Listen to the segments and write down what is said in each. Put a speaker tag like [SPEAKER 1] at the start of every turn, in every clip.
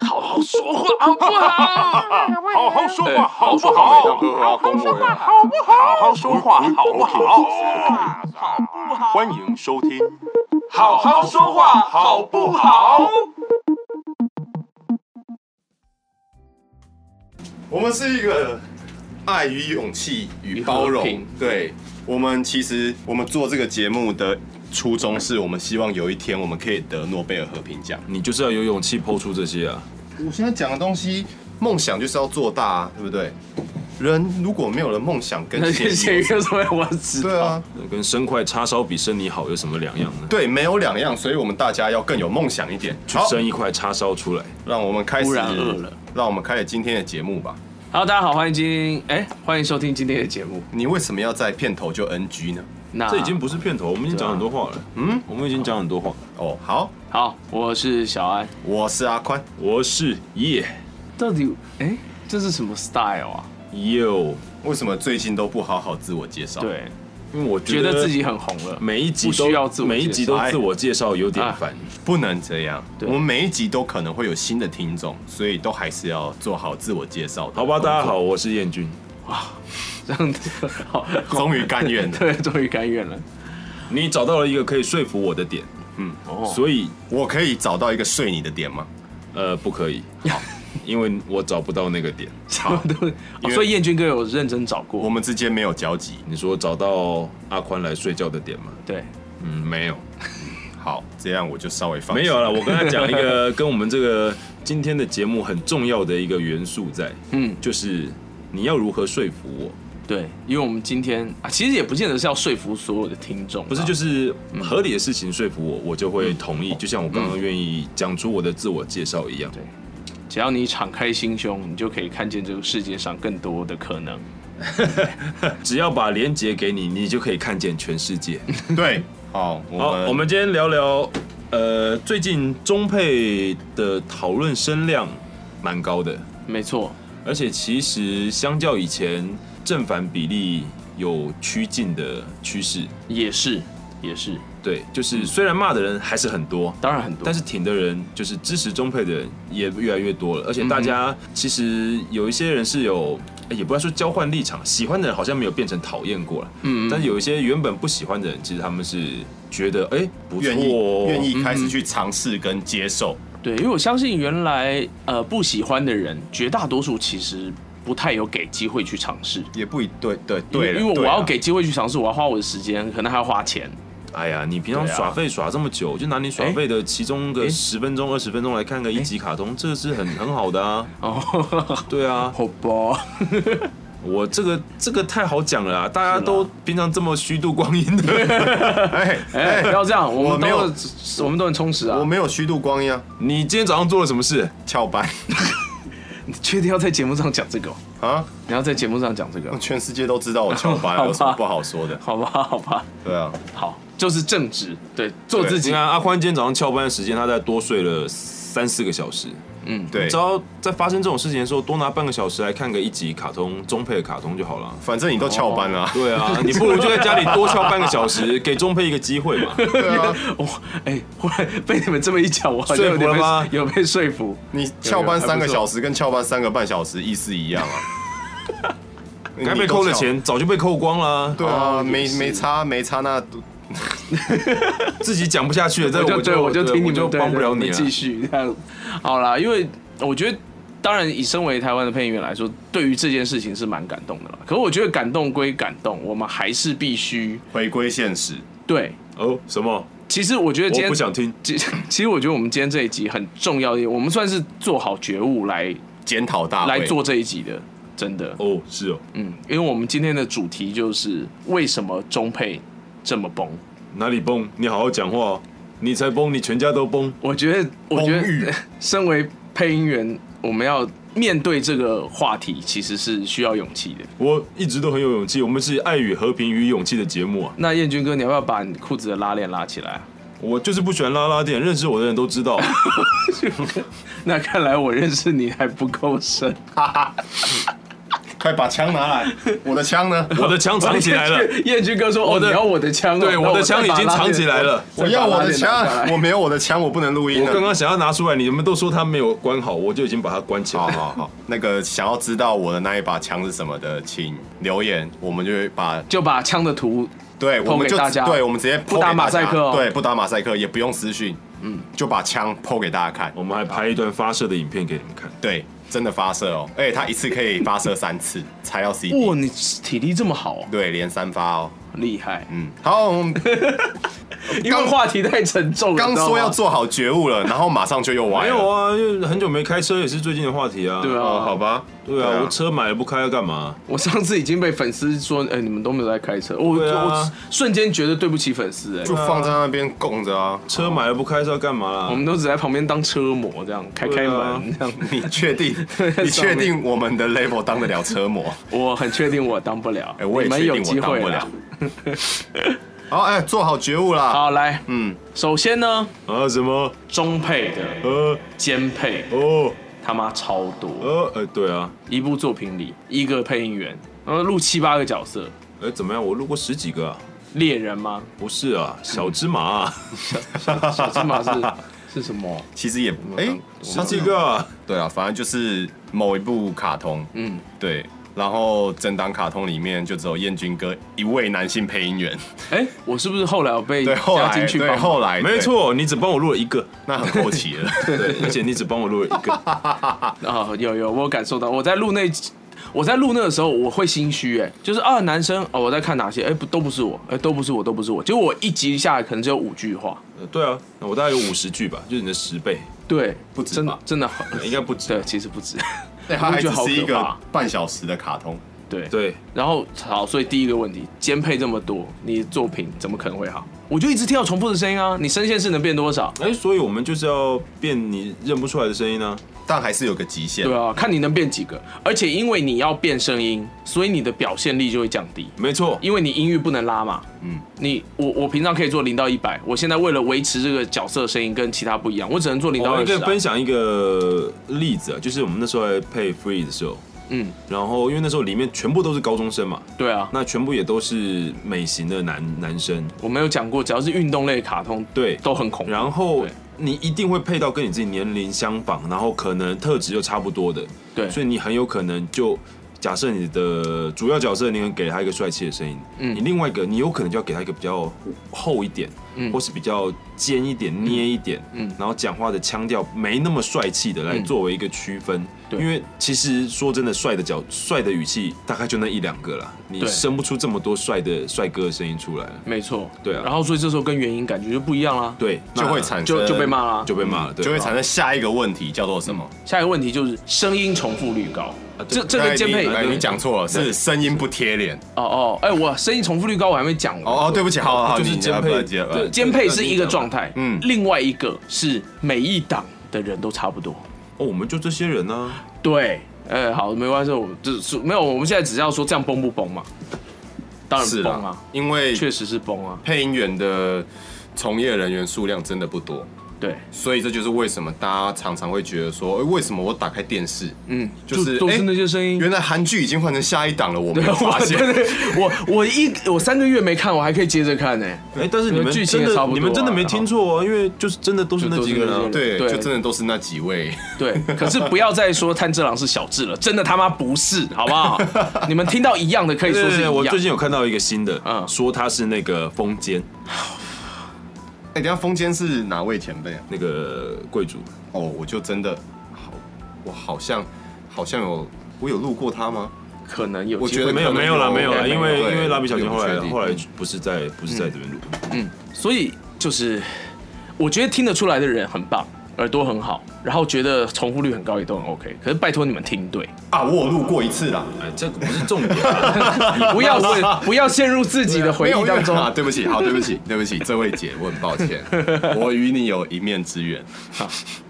[SPEAKER 1] 好说话好不好？
[SPEAKER 2] 好好啊说
[SPEAKER 1] 哎
[SPEAKER 2] 话，好不
[SPEAKER 1] 好
[SPEAKER 2] 好？
[SPEAKER 1] 好好说话，
[SPEAKER 2] 好不好？好好说话，好不好？
[SPEAKER 1] 好不好？
[SPEAKER 2] 欢迎收听，
[SPEAKER 1] 好好说话好不好？
[SPEAKER 3] 我们是一个爱与勇气与包
[SPEAKER 1] 与和
[SPEAKER 3] 容
[SPEAKER 1] 平。
[SPEAKER 3] 对，我们其实我们做这个节目的初衷是我们希望有一天我们可以得诺贝尔和平奖。
[SPEAKER 4] 你就是要有勇气抛出这些啊！
[SPEAKER 3] 我现在讲的东西，梦想就是要做大、啊，对不对？人如果没有了梦想 跟
[SPEAKER 1] 那
[SPEAKER 3] 咸
[SPEAKER 1] 跟
[SPEAKER 3] 鱼
[SPEAKER 1] 咸鱼有什么我知
[SPEAKER 3] 对啊，
[SPEAKER 4] 跟生块叉烧比生你好有什么两样呢？
[SPEAKER 3] 对，没有两样，所以我们大家要更有梦想一点。
[SPEAKER 4] 去
[SPEAKER 3] 好，
[SPEAKER 4] 生一块叉烧出来，
[SPEAKER 3] 让我们开始
[SPEAKER 1] 忽然饿了，
[SPEAKER 3] 让我们开始今天的节目吧。
[SPEAKER 1] Hello，大家好，欢迎今天，哎、欢迎收听今天的节目。
[SPEAKER 3] 你为什么要在片头就 NG 呢？
[SPEAKER 1] 那
[SPEAKER 4] 这已经不是片头，我们已经讲很多话了。啊嗯，我们已经讲很多话。
[SPEAKER 3] 哦，好，
[SPEAKER 1] 好，我是小安。
[SPEAKER 3] 我是阿宽，
[SPEAKER 4] 我是叶
[SPEAKER 1] 到底，哎、这是什么 style 啊？
[SPEAKER 4] 又，
[SPEAKER 3] 为什么最近都不好好自我介绍？
[SPEAKER 1] 对，
[SPEAKER 4] 因为我
[SPEAKER 1] 觉
[SPEAKER 4] 觉
[SPEAKER 1] 得
[SPEAKER 4] 得
[SPEAKER 1] 自己很红了，
[SPEAKER 4] 每一集
[SPEAKER 1] 不需要自
[SPEAKER 4] 都
[SPEAKER 1] 我
[SPEAKER 4] 每一集都
[SPEAKER 3] 介绍
[SPEAKER 4] 自我介绍哎有点烦。
[SPEAKER 3] 不能这样，
[SPEAKER 1] 对
[SPEAKER 3] 我们每一集都可能会有新的听众，所以都还是要做好自我介绍的
[SPEAKER 4] 好吧，
[SPEAKER 3] 工作
[SPEAKER 4] 大家好，，我是彦君。
[SPEAKER 1] 这样子，好，
[SPEAKER 3] 终于甘愿了，
[SPEAKER 1] 对，终于甘愿了。
[SPEAKER 4] 你找到了一个可以说服我的点，嗯
[SPEAKER 1] 哦
[SPEAKER 4] 所以
[SPEAKER 3] 我可以找到一个睡你的点吗？
[SPEAKER 4] 呃不可 以，因为我找不到那个点。
[SPEAKER 3] 好，
[SPEAKER 1] 哦所以彦君哥有认真找
[SPEAKER 3] 我
[SPEAKER 1] 过，
[SPEAKER 3] 们之间没有交集。
[SPEAKER 4] 你说找到阿宽来睡觉的点吗？
[SPEAKER 1] 对，
[SPEAKER 4] 嗯，没有。
[SPEAKER 3] 好，这样我就稍微放
[SPEAKER 4] 没
[SPEAKER 3] 心
[SPEAKER 4] 有了，我跟他讲一个跟我们这个今天的节目很重要的一个元素在，
[SPEAKER 1] 嗯，
[SPEAKER 4] 就是你要如何说服我，
[SPEAKER 1] 对，因为我们今天啊，其实也不见得是要说服所有的听众啦，啊
[SPEAKER 4] 不是就是合理的事情说服我，我就会同意，就像我刚刚愿意讲出我的自我介绍一样。
[SPEAKER 1] 嗯对，只要你敞开心胸，你就可以看见这个世界上更多的可能。
[SPEAKER 4] 只要把连接给你，你就可以看见全世界。
[SPEAKER 3] 对，好，我
[SPEAKER 4] 好
[SPEAKER 3] 们，
[SPEAKER 4] 我们今天聊聊，呃，最近中配的讨论声量蛮高的，
[SPEAKER 1] 没错，
[SPEAKER 4] 而且其实相较以前正反比例有趋近的趋势。
[SPEAKER 1] 也是，也是，
[SPEAKER 4] 对，
[SPEAKER 3] 嗯
[SPEAKER 4] 就是虽然骂的人还是很多，
[SPEAKER 1] 当然很多，
[SPEAKER 4] 但是挺的人就是支持中配的人也越来越多了，而且
[SPEAKER 3] 嗯
[SPEAKER 4] 大家其实有一些人是有，诶也不要说交换立场，喜欢的人好像没有变成讨厌过了，嗯，但是有一些原本不喜欢的人，其实他们是觉得哎、诶不错、
[SPEAKER 3] 愿意
[SPEAKER 4] 哦，
[SPEAKER 3] 愿意开始去尝试跟接受。
[SPEAKER 1] 对，因为我相信原来呃不喜欢的人，绝大多数其实不太有给机会去尝试。
[SPEAKER 3] 也不一对对对了，
[SPEAKER 1] 因为因为我
[SPEAKER 3] 对了
[SPEAKER 1] 要给机会去尝试，我要花我的时间，可能还要花钱。
[SPEAKER 4] 哎呀，你平常
[SPEAKER 3] 对啊哎
[SPEAKER 4] 耍废耍这么久，就拿你耍废的其中
[SPEAKER 1] 诶
[SPEAKER 4] 个十分钟、二十分钟来看个一集卡通，这个是很很好的啊。
[SPEAKER 1] 哦，
[SPEAKER 4] 对啊，
[SPEAKER 1] 好吧，
[SPEAKER 4] 我这个这个太好讲了啊，大家都平常这么虚度光阴 的，
[SPEAKER 3] 哎
[SPEAKER 1] 哎，
[SPEAKER 3] 哎
[SPEAKER 1] 不要这样，
[SPEAKER 3] 我
[SPEAKER 1] 我们
[SPEAKER 3] 没
[SPEAKER 1] 都
[SPEAKER 3] 有
[SPEAKER 1] 很我们都很充实啊
[SPEAKER 3] 我。没有虚度光阴啊，
[SPEAKER 4] 你今天早上做了什么事？
[SPEAKER 3] 翘班
[SPEAKER 1] 你确定要在节目上讲这个哦？
[SPEAKER 3] 啊，
[SPEAKER 1] 你要在节目上讲这个哦？
[SPEAKER 3] 全世界都知道我翘
[SPEAKER 1] 好吧
[SPEAKER 3] 班，有什么不好说的？
[SPEAKER 1] 好吧，好吧，
[SPEAKER 3] 对啊，
[SPEAKER 1] 好，就是正直，对，做自
[SPEAKER 4] 你
[SPEAKER 1] 己
[SPEAKER 4] 看。阿宽今天早上翘班的时间，他再多睡了三四个小时。
[SPEAKER 3] 对
[SPEAKER 4] 只，要在发生这种事情的时候，多拿半个小时来看个一集卡通中配的卡通就好了。
[SPEAKER 3] 反正你都翘班了啊，
[SPEAKER 4] 对啊，你不如就在家里多翘半个小时，给中配一个机会 嘛。
[SPEAKER 3] 对啊。
[SPEAKER 1] 哇，哎，忽然被你们这么一讲，我好像有点
[SPEAKER 4] 说服了吗
[SPEAKER 1] 被有被说服。
[SPEAKER 3] 你翘班
[SPEAKER 1] 有有
[SPEAKER 3] 三个小时跟翘班三个半小时意思一样啊。
[SPEAKER 4] 该被扣的钱早就被扣光啦，
[SPEAKER 3] 你都翘，对啊，
[SPEAKER 1] 哦也
[SPEAKER 3] 没
[SPEAKER 1] 是
[SPEAKER 3] 没差没差那，
[SPEAKER 4] 自己讲不下去了，这
[SPEAKER 1] 我就
[SPEAKER 4] 我
[SPEAKER 1] 对我就
[SPEAKER 4] 就
[SPEAKER 1] 听你们
[SPEAKER 4] 就
[SPEAKER 1] 对
[SPEAKER 4] 帮不
[SPEAKER 1] 对
[SPEAKER 4] 了
[SPEAKER 1] 我们
[SPEAKER 4] 你了。啊
[SPEAKER 1] 继续这样。好啦，因为我觉得，当然以身为台湾的配音员来说，对于这件事情是蛮感动的啦。可我觉得感动归感动，我们还是必须
[SPEAKER 3] 回归现实。
[SPEAKER 1] 对。
[SPEAKER 4] 哦，什么？
[SPEAKER 1] 其实我觉得今
[SPEAKER 4] 我
[SPEAKER 1] 天
[SPEAKER 4] 不想听。
[SPEAKER 1] 其 其实我觉得我们今天这一集很重要的一，我们算是做好觉悟来
[SPEAKER 3] 检讨
[SPEAKER 4] 啊
[SPEAKER 3] 大会
[SPEAKER 1] 来做这一集的，真的。
[SPEAKER 4] 哦，是哦，
[SPEAKER 1] 嗯，因为我们今天的主题就是为什么中配这么崩。
[SPEAKER 4] 哪里崩？你好好讲话哦。你才崩，你全家都崩。
[SPEAKER 1] 我觉得，我
[SPEAKER 3] 崩
[SPEAKER 1] 觉得
[SPEAKER 3] 狱，
[SPEAKER 1] 身为配音员，我们要面对这个话题，其实是需要勇气的。
[SPEAKER 4] 我一直都很有勇气，我们是爱与和平与勇气的节目啊。
[SPEAKER 1] 那彦君哥，你要不要把你裤子的拉链拉起来啊？
[SPEAKER 4] 我就是不喜欢拉拉店，认识我的人都知 道。
[SPEAKER 1] 那看来我认识你还不够深。
[SPEAKER 3] 快把枪拿 来！我的枪呢？
[SPEAKER 4] 我的枪藏起 来了，
[SPEAKER 1] 燕军哥说：“哦，
[SPEAKER 4] 的
[SPEAKER 1] 你要我的枪哦？
[SPEAKER 4] 对，
[SPEAKER 1] 那
[SPEAKER 4] 我的
[SPEAKER 1] 再
[SPEAKER 4] 枪已
[SPEAKER 1] 把
[SPEAKER 4] 经
[SPEAKER 1] 拉
[SPEAKER 4] 藏
[SPEAKER 1] 链
[SPEAKER 4] 起来了。
[SPEAKER 1] 再
[SPEAKER 3] 我
[SPEAKER 1] 把
[SPEAKER 3] 要我
[SPEAKER 1] 拉
[SPEAKER 3] 的
[SPEAKER 1] 链拿下来
[SPEAKER 3] 枪，我没有我的枪，我不能录音
[SPEAKER 4] 我
[SPEAKER 3] 了。
[SPEAKER 4] 刚刚想要拿出来，你们都说他没有关好，我就已经把它关起来
[SPEAKER 3] 好
[SPEAKER 4] 了。
[SPEAKER 3] 好好，那个想要知道我的那一把枪是什么的，请留言，我们就会把
[SPEAKER 1] 就把枪的图
[SPEAKER 3] 对，
[SPEAKER 1] 抛
[SPEAKER 3] 我们
[SPEAKER 1] 给
[SPEAKER 3] 就
[SPEAKER 1] 大家
[SPEAKER 3] 对，我们直接
[SPEAKER 1] 不
[SPEAKER 3] 抛给
[SPEAKER 1] 打马
[SPEAKER 3] 大家
[SPEAKER 1] 赛克哦
[SPEAKER 3] 对，不打马赛克，也不用私讯，嗯，就把枪抛给大家看。
[SPEAKER 4] 我们还拍一段发射的影片给你们看。
[SPEAKER 3] 对，真的发射哦，而且它一次可以发射三次， 才要 CD。
[SPEAKER 1] 哇，你体力这么好哦，
[SPEAKER 3] 对，连三发哦。
[SPEAKER 1] 厉害！
[SPEAKER 3] 嗯，好，我们
[SPEAKER 1] 因为话题太沉重了，
[SPEAKER 3] 嗯刚
[SPEAKER 1] 你知道
[SPEAKER 3] 说要
[SPEAKER 1] 吗
[SPEAKER 3] 做好觉悟了，然后马上就又歪
[SPEAKER 4] 没
[SPEAKER 3] 了。
[SPEAKER 4] 有啊，因为很久没开车也是最近的话题啊。
[SPEAKER 1] 对
[SPEAKER 3] 哦，好
[SPEAKER 1] 啊，
[SPEAKER 3] 吧，
[SPEAKER 4] 对啊，我车买了不开要干嘛？
[SPEAKER 1] 我上次已经被粉丝说，哎，你们都没有在开车，我
[SPEAKER 4] 对啊
[SPEAKER 1] 我瞬间觉得对不起粉丝，哎
[SPEAKER 4] 啊
[SPEAKER 3] 就，放在那边供着啊。
[SPEAKER 4] 车买了不开是要干嘛啦？
[SPEAKER 1] 我们都只在旁边当车模这样，开开
[SPEAKER 4] 对啊
[SPEAKER 1] 门这样，
[SPEAKER 3] 你确 定？你确定我们的 level 当得了车模？
[SPEAKER 1] 我很确定我当不了，
[SPEAKER 3] 哎，我也
[SPEAKER 1] 你们
[SPEAKER 3] 确
[SPEAKER 1] 有
[SPEAKER 3] 定
[SPEAKER 1] 机
[SPEAKER 3] 我当
[SPEAKER 1] 会
[SPEAKER 3] 不
[SPEAKER 1] 啦
[SPEAKER 3] 了。好，哎，做好觉悟啦。
[SPEAKER 1] 好，来，
[SPEAKER 3] 嗯，
[SPEAKER 1] 首先呢，
[SPEAKER 4] 啊什么？
[SPEAKER 1] 中配的
[SPEAKER 4] 呃
[SPEAKER 1] 兼配
[SPEAKER 4] 哦
[SPEAKER 1] 他妈超多，
[SPEAKER 4] 呃呃，对啊，
[SPEAKER 1] 一部作品里一个配音员，然后录七八个角色，
[SPEAKER 4] 哎怎么样？我录过十几个啊？
[SPEAKER 1] 猎人吗？
[SPEAKER 4] 不是啊，小芝麻啊，
[SPEAKER 1] 小芝 麻是是什么？
[SPEAKER 3] 其实也哎，
[SPEAKER 4] 十几个啊。
[SPEAKER 3] 对啊，反正就是某一部卡通，
[SPEAKER 1] 嗯，
[SPEAKER 3] 对。然后整档卡通里面就只有燕军哥一位男性配音员，
[SPEAKER 1] 哎、我是不是后来有被
[SPEAKER 3] 对，后
[SPEAKER 1] 加
[SPEAKER 3] 来
[SPEAKER 1] 进去帮
[SPEAKER 3] 对
[SPEAKER 1] 忙？
[SPEAKER 3] 后来
[SPEAKER 4] 没，错，你只帮我录了一个，
[SPEAKER 3] 对那很后期了。
[SPEAKER 4] 对，而且你只帮我录了一个，
[SPEAKER 1] 啊、有有，我有感受到，我在录那，我在录那的时候，我会心虚，哎，就是啊，男生哦，我在看哪些，哎、不都不是我，哎、都不是我，都不是我，结果我一集下来可能只有五句话，
[SPEAKER 4] 呃对啊，那我大概有五十句吧，就是你的十倍，
[SPEAKER 1] 对，
[SPEAKER 3] 不止
[SPEAKER 1] 真的
[SPEAKER 3] 吧
[SPEAKER 1] 真的很，
[SPEAKER 4] 应该不止
[SPEAKER 1] 对，其实不止，
[SPEAKER 3] 对，它还
[SPEAKER 1] 就
[SPEAKER 3] 只
[SPEAKER 1] 好
[SPEAKER 3] 是一
[SPEAKER 1] 可
[SPEAKER 3] 个
[SPEAKER 1] 怕，
[SPEAKER 3] 半小时的卡通，
[SPEAKER 1] 对。
[SPEAKER 4] 对，
[SPEAKER 1] 然后好，所以第一个问题，兼配这么多，你作品怎么可能会好？我就一直听到重复的声音啊，你声线是能变多少？
[SPEAKER 4] 哎，所以我们就是要变你认不出来的声音啊呢、
[SPEAKER 3] 但还是有个极限
[SPEAKER 1] 对。啊，看你能变几个。而且因为你要变声音，所以你的表现力就会降低，
[SPEAKER 4] 没错，
[SPEAKER 1] 因为你音域不能拉嘛。
[SPEAKER 3] 嗯，
[SPEAKER 1] 你我我平常可以做零到一百，我现在为了维持这个角色声音跟其他不一样，我只能做零到
[SPEAKER 4] 我
[SPEAKER 1] 二
[SPEAKER 4] 们可
[SPEAKER 1] 十啊
[SPEAKER 4] 以。分哦享一个例子啊，就是我们那时候在配 Free 的时候，
[SPEAKER 1] 嗯，
[SPEAKER 4] 然后因为那时候里面全部都是高中生嘛，
[SPEAKER 1] 对啊，
[SPEAKER 4] 那全部也都是美型的男男生，
[SPEAKER 1] 我没有讲过，只要是运动类卡通，
[SPEAKER 4] 对
[SPEAKER 1] 都很恐怖。
[SPEAKER 4] 然后
[SPEAKER 1] 对
[SPEAKER 4] 你一定会配到跟你自己年龄相仿，然后可能特质又差不多的，
[SPEAKER 1] 对
[SPEAKER 4] 所以你很有可能就。假设你的主要角色，你能给他一个帅气的声音，
[SPEAKER 1] 嗯
[SPEAKER 4] 你另外一个，你有可能就要给他一个比较厚一点，
[SPEAKER 1] 嗯
[SPEAKER 4] 或是比较尖一点、捏一点，
[SPEAKER 1] 嗯
[SPEAKER 4] 然后讲话的腔调没那么帅气的来
[SPEAKER 1] 嗯
[SPEAKER 4] 作为一个区分，
[SPEAKER 1] 对
[SPEAKER 4] 因为其实说真的，帅的角、帅的语气大概就那一两个啦，你
[SPEAKER 1] 对嗯
[SPEAKER 4] 生不出这么多帅的帅哥的声音出来了，
[SPEAKER 1] 没错，
[SPEAKER 4] 对啊
[SPEAKER 1] 然后所以这时候跟原音感觉就不一样啦。，
[SPEAKER 4] 对，
[SPEAKER 3] 就
[SPEAKER 4] 那
[SPEAKER 3] 会产生
[SPEAKER 1] 就就被骂啦。
[SPEAKER 4] 就被骂了，对，
[SPEAKER 3] 就会产生下一个问题，叫做什么？
[SPEAKER 1] 下一个问题就是声音重复率高，
[SPEAKER 4] 啊
[SPEAKER 1] 这这
[SPEAKER 3] 哎
[SPEAKER 1] 个
[SPEAKER 3] 你
[SPEAKER 1] 兼配
[SPEAKER 3] 哎你讲错了，是声音不贴脸。
[SPEAKER 1] 哦哦，哎，我声音重复率高，我还没讲完。
[SPEAKER 3] 哦哦，对不起，好好好，
[SPEAKER 4] 就是
[SPEAKER 3] 你
[SPEAKER 4] 兼配
[SPEAKER 3] 不要接呃
[SPEAKER 4] 对
[SPEAKER 1] 兼配是一个状态，
[SPEAKER 3] 嗯
[SPEAKER 1] 嗯，另外一个是每一档的人都差不多。
[SPEAKER 4] 哦，我们就这些人呢、啊，
[SPEAKER 1] 对，呃，好，没关系，我们就是没有，我们现在只是要说这样崩不崩嘛？当然
[SPEAKER 3] 是
[SPEAKER 1] 崩
[SPEAKER 3] 啦
[SPEAKER 1] 啊，，
[SPEAKER 3] 因为
[SPEAKER 1] 确实是崩啊。
[SPEAKER 3] 配音员的从业人员数量真的不多，
[SPEAKER 1] 对，
[SPEAKER 3] 所以这就是为什么大家常常会觉得说，哎为什么我打开电视，
[SPEAKER 1] 嗯，
[SPEAKER 3] 就是
[SPEAKER 1] 都
[SPEAKER 3] 哎
[SPEAKER 1] 是那些声音。
[SPEAKER 3] 原来韩剧已经换成下一档了， 我没有
[SPEAKER 1] 我
[SPEAKER 3] 发现。
[SPEAKER 1] 对对，我我一我三个月没看，我还可以接着看呢。
[SPEAKER 4] 哎、但是你们
[SPEAKER 1] 剧情
[SPEAKER 4] 真
[SPEAKER 1] 也
[SPEAKER 4] 的、
[SPEAKER 1] 差不多啊
[SPEAKER 4] 你们真的没听错哦，因为就是真的都是那几个人、
[SPEAKER 1] 就都是那
[SPEAKER 4] 啊
[SPEAKER 1] 些。
[SPEAKER 3] 对，
[SPEAKER 1] 对
[SPEAKER 3] 就真的都是那几位。
[SPEAKER 1] 对， 可是不要再说炭治郎是小智了，真的他妈不是，好 不好？你们听到一样的可以
[SPEAKER 4] 对
[SPEAKER 1] 说
[SPEAKER 4] 对
[SPEAKER 1] 是一
[SPEAKER 4] 对，
[SPEAKER 1] 样。
[SPEAKER 4] 我最近有看到一个新的，
[SPEAKER 1] 嗯
[SPEAKER 4] 说他是那个风间
[SPEAKER 3] 哎，等一下风间是哪位前辈啊？
[SPEAKER 4] 那个贵族，
[SPEAKER 3] 哦，我就真的好，我好像好像有我有路过他吗？
[SPEAKER 1] 可能有
[SPEAKER 3] 我
[SPEAKER 1] 机
[SPEAKER 3] 觉
[SPEAKER 1] 会
[SPEAKER 3] 得
[SPEAKER 4] 没有
[SPEAKER 3] 可能
[SPEAKER 4] 没有啦
[SPEAKER 3] 有
[SPEAKER 4] 没有啦，
[SPEAKER 3] 对
[SPEAKER 4] 因为
[SPEAKER 3] 对
[SPEAKER 4] 因为蜡笔小新
[SPEAKER 3] 对
[SPEAKER 4] 后来
[SPEAKER 3] 不确定
[SPEAKER 4] 后来不是在不是在这边录，
[SPEAKER 1] 所以就是，我觉得听得出来的人很棒，耳朵很好，然后觉得重复率很高也都很 OK。可是拜托你们听对，
[SPEAKER 3] 啊，我有路过一次啦。
[SPEAKER 4] 哎，这个不是 重点啊，你
[SPEAKER 1] 不要问，不要陷入自己的回
[SPEAKER 3] 没有
[SPEAKER 1] 忆当中。
[SPEAKER 3] 啊！对不起，好，对不起，对 不起，这位姐，我很抱 歉，我与你有一面之缘。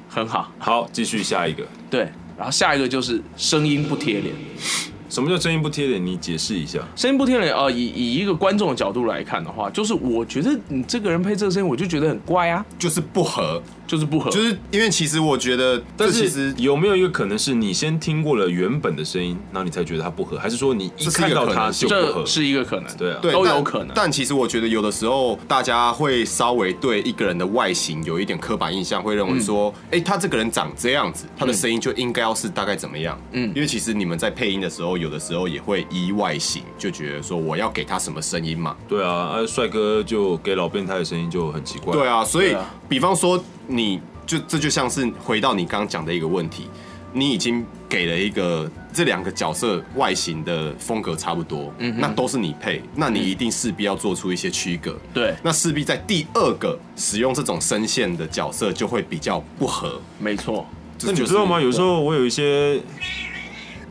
[SPEAKER 1] 很好，
[SPEAKER 4] 好，继续下一个，
[SPEAKER 1] 对。然后下一个就是声音不贴脸，
[SPEAKER 4] 什么叫真心不贴脸？你解释一下。
[SPEAKER 1] 声音不听脸啊、呃以以一个观众的角度来看的话，就是我觉得你这个人配这个声音，我就觉得很怪啊，
[SPEAKER 3] 就是不合，
[SPEAKER 1] 就是不合。
[SPEAKER 3] 就是因为其实我觉得，
[SPEAKER 4] 但
[SPEAKER 3] 这其
[SPEAKER 4] 是
[SPEAKER 3] 实
[SPEAKER 4] 有没有一个可能是你先听过了原本的声音，然后你才觉得它不合，还是说你一
[SPEAKER 3] 这是一
[SPEAKER 4] 看
[SPEAKER 3] 个
[SPEAKER 4] 到
[SPEAKER 3] 可
[SPEAKER 4] 它
[SPEAKER 3] 能性
[SPEAKER 4] 就不
[SPEAKER 1] 这
[SPEAKER 4] 合？
[SPEAKER 1] 是一个可能，
[SPEAKER 4] 对啊
[SPEAKER 3] 对
[SPEAKER 1] 都有
[SPEAKER 3] 但
[SPEAKER 1] 可能
[SPEAKER 3] 但其实我觉得有的时候大家会稍微对一个人的外形有一点刻板印象，会认
[SPEAKER 1] 嗯
[SPEAKER 3] 为说，哎、他这个人长这样子，他的声音就应该要是大概怎么样。嗯，
[SPEAKER 1] 嗯
[SPEAKER 3] 因为其实你们在配音的时候，有的时候也会依外形，就觉得说我要给他什么声音嘛。
[SPEAKER 4] 对啊，啊，帅哥就给老变态的声音就很奇怪。
[SPEAKER 3] 对啊，所以、
[SPEAKER 1] 对啊
[SPEAKER 3] 比方说你就这就像是回到你刚刚讲的一个问题，你已经给了一个这两个角色外形的风格差不多，嗯，那都是你配，那你一定势必要做出一些区隔，
[SPEAKER 1] 嗯对
[SPEAKER 3] 那势必在第二个使用这种声线的角色就会比较不合。
[SPEAKER 1] 没错。
[SPEAKER 4] 那
[SPEAKER 3] 这
[SPEAKER 4] 你
[SPEAKER 3] 就是
[SPEAKER 4] 知道吗？有时候我有一些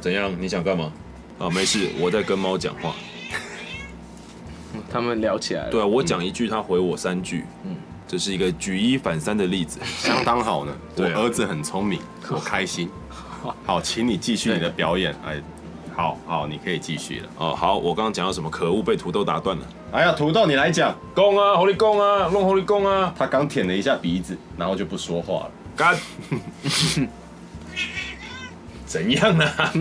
[SPEAKER 4] 怎样？你想干嘛？啊，没事，我在跟猫讲话。
[SPEAKER 1] 他们聊起来了，
[SPEAKER 4] 对啊，我讲一句，它回我三句。嗯，这是一个举一反三的例子。
[SPEAKER 3] 相当好 呢，我
[SPEAKER 4] 对啊
[SPEAKER 3] 儿子很聪 明，我开心。好，请你继续你的表演，哎，好好，你可以继续了。
[SPEAKER 4] 哦，好，我刚刚讲到什么？可恶，被土豆打断了。
[SPEAKER 3] 哎呀，土豆你来讲，
[SPEAKER 4] 供啊，狐狸供啊，弄狐狸供啊。
[SPEAKER 3] 他刚舔了一下鼻子，然后就不说话了。
[SPEAKER 4] 干。 怎样啊？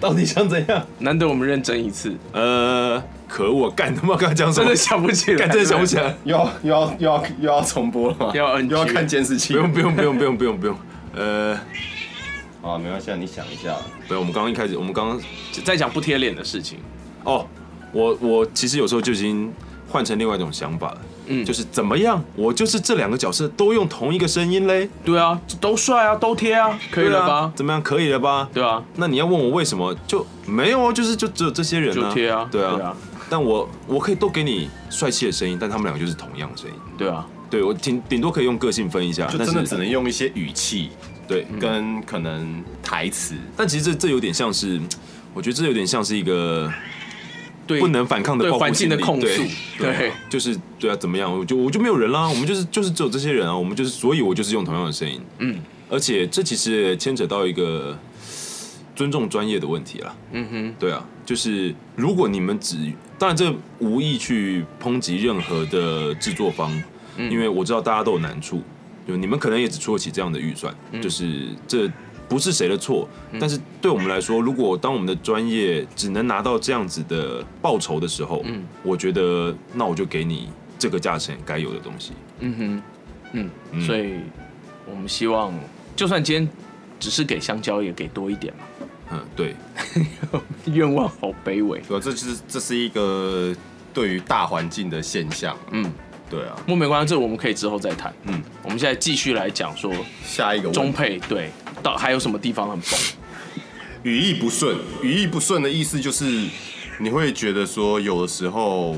[SPEAKER 4] 到底想怎样？
[SPEAKER 1] 难得我们认真一次，
[SPEAKER 4] 呃，可我干他妈刚刚讲什
[SPEAKER 1] 真
[SPEAKER 4] 么
[SPEAKER 1] 的？想不起来，
[SPEAKER 4] 干真的想不起来。
[SPEAKER 3] 又要又要又要又要重播了吗？
[SPEAKER 1] 又要 NG
[SPEAKER 3] 又要看监视器？
[SPEAKER 4] 不用不用不用不用不用不用。呃，
[SPEAKER 3] 啊，没关系，啊，你想一下。
[SPEAKER 4] 对，我们刚刚一开始，我们刚刚
[SPEAKER 1] 对。在讲不贴脸的事情，
[SPEAKER 4] 哦，我我其实有时候就已经换成另外一种想法了。
[SPEAKER 1] 嗯
[SPEAKER 4] 就是怎么样，我就是这两个角色都用同一个声音嘞，
[SPEAKER 1] 对啊，都帅啊，都贴啊，可以
[SPEAKER 4] 对
[SPEAKER 1] 了
[SPEAKER 4] 啊
[SPEAKER 1] 吧？
[SPEAKER 4] 怎么样，可以了吧？
[SPEAKER 1] 对啊，
[SPEAKER 4] 那你要问我为什么就没有啊？就是就只有这些人啊，
[SPEAKER 1] 就贴啊
[SPEAKER 4] 对啊，
[SPEAKER 1] 对啊
[SPEAKER 4] 但我我可以都给你帅气的声音，但他们两个就是同样的声音。
[SPEAKER 1] 对啊，
[SPEAKER 4] 对我顶顶多可以用个性分一下，
[SPEAKER 3] 就
[SPEAKER 4] 但是
[SPEAKER 3] 真的只能用一些语气
[SPEAKER 4] 对。
[SPEAKER 1] 嗯
[SPEAKER 3] 跟可能台词，
[SPEAKER 4] 但其实这这有点像是，我觉得这有点像是一个
[SPEAKER 1] 对，
[SPEAKER 4] 不能反抗的
[SPEAKER 1] 对
[SPEAKER 4] 报复
[SPEAKER 1] 环境的
[SPEAKER 4] 心理
[SPEAKER 1] 控诉
[SPEAKER 4] 对，
[SPEAKER 1] 对
[SPEAKER 4] 啊就是对啊，怎么样？我就我就没有人啦，我们就是就是只有这些人啊，我们就是，所以我就是用同样的声音，
[SPEAKER 1] 嗯，
[SPEAKER 4] 而且这其实也牵扯到一个尊重专业的问题啦，
[SPEAKER 1] 嗯哼，
[SPEAKER 4] 对啊，就是如果你们只，当然这无意去抨击任何的制作方，因为我知道大家都有难处，就你们可能也只出得起这样的预算，就是这不是谁的错，但是对我们来说，如果当我们的专业只能拿到这样子的报酬的时候，我觉得那我就给你这个价钱该有的东西，
[SPEAKER 1] 嗯哼，嗯，所以我们希望，就算今天只是给香蕉，也给多一点嘛。
[SPEAKER 4] 嗯，对，
[SPEAKER 1] 愿望好卑微。
[SPEAKER 3] 对啊，这就是这是一个对于大环境的现象。
[SPEAKER 1] 嗯，
[SPEAKER 3] 对啊，
[SPEAKER 1] 不过没关系，这我们可以之后再谈。嗯
[SPEAKER 3] 嗯，
[SPEAKER 1] 我们现在继续来讲说
[SPEAKER 3] 下一个问
[SPEAKER 1] 中配对到还有什么地方很崩？
[SPEAKER 3] 语义不顺，语义不顺的意思就是你会觉得说，有的时候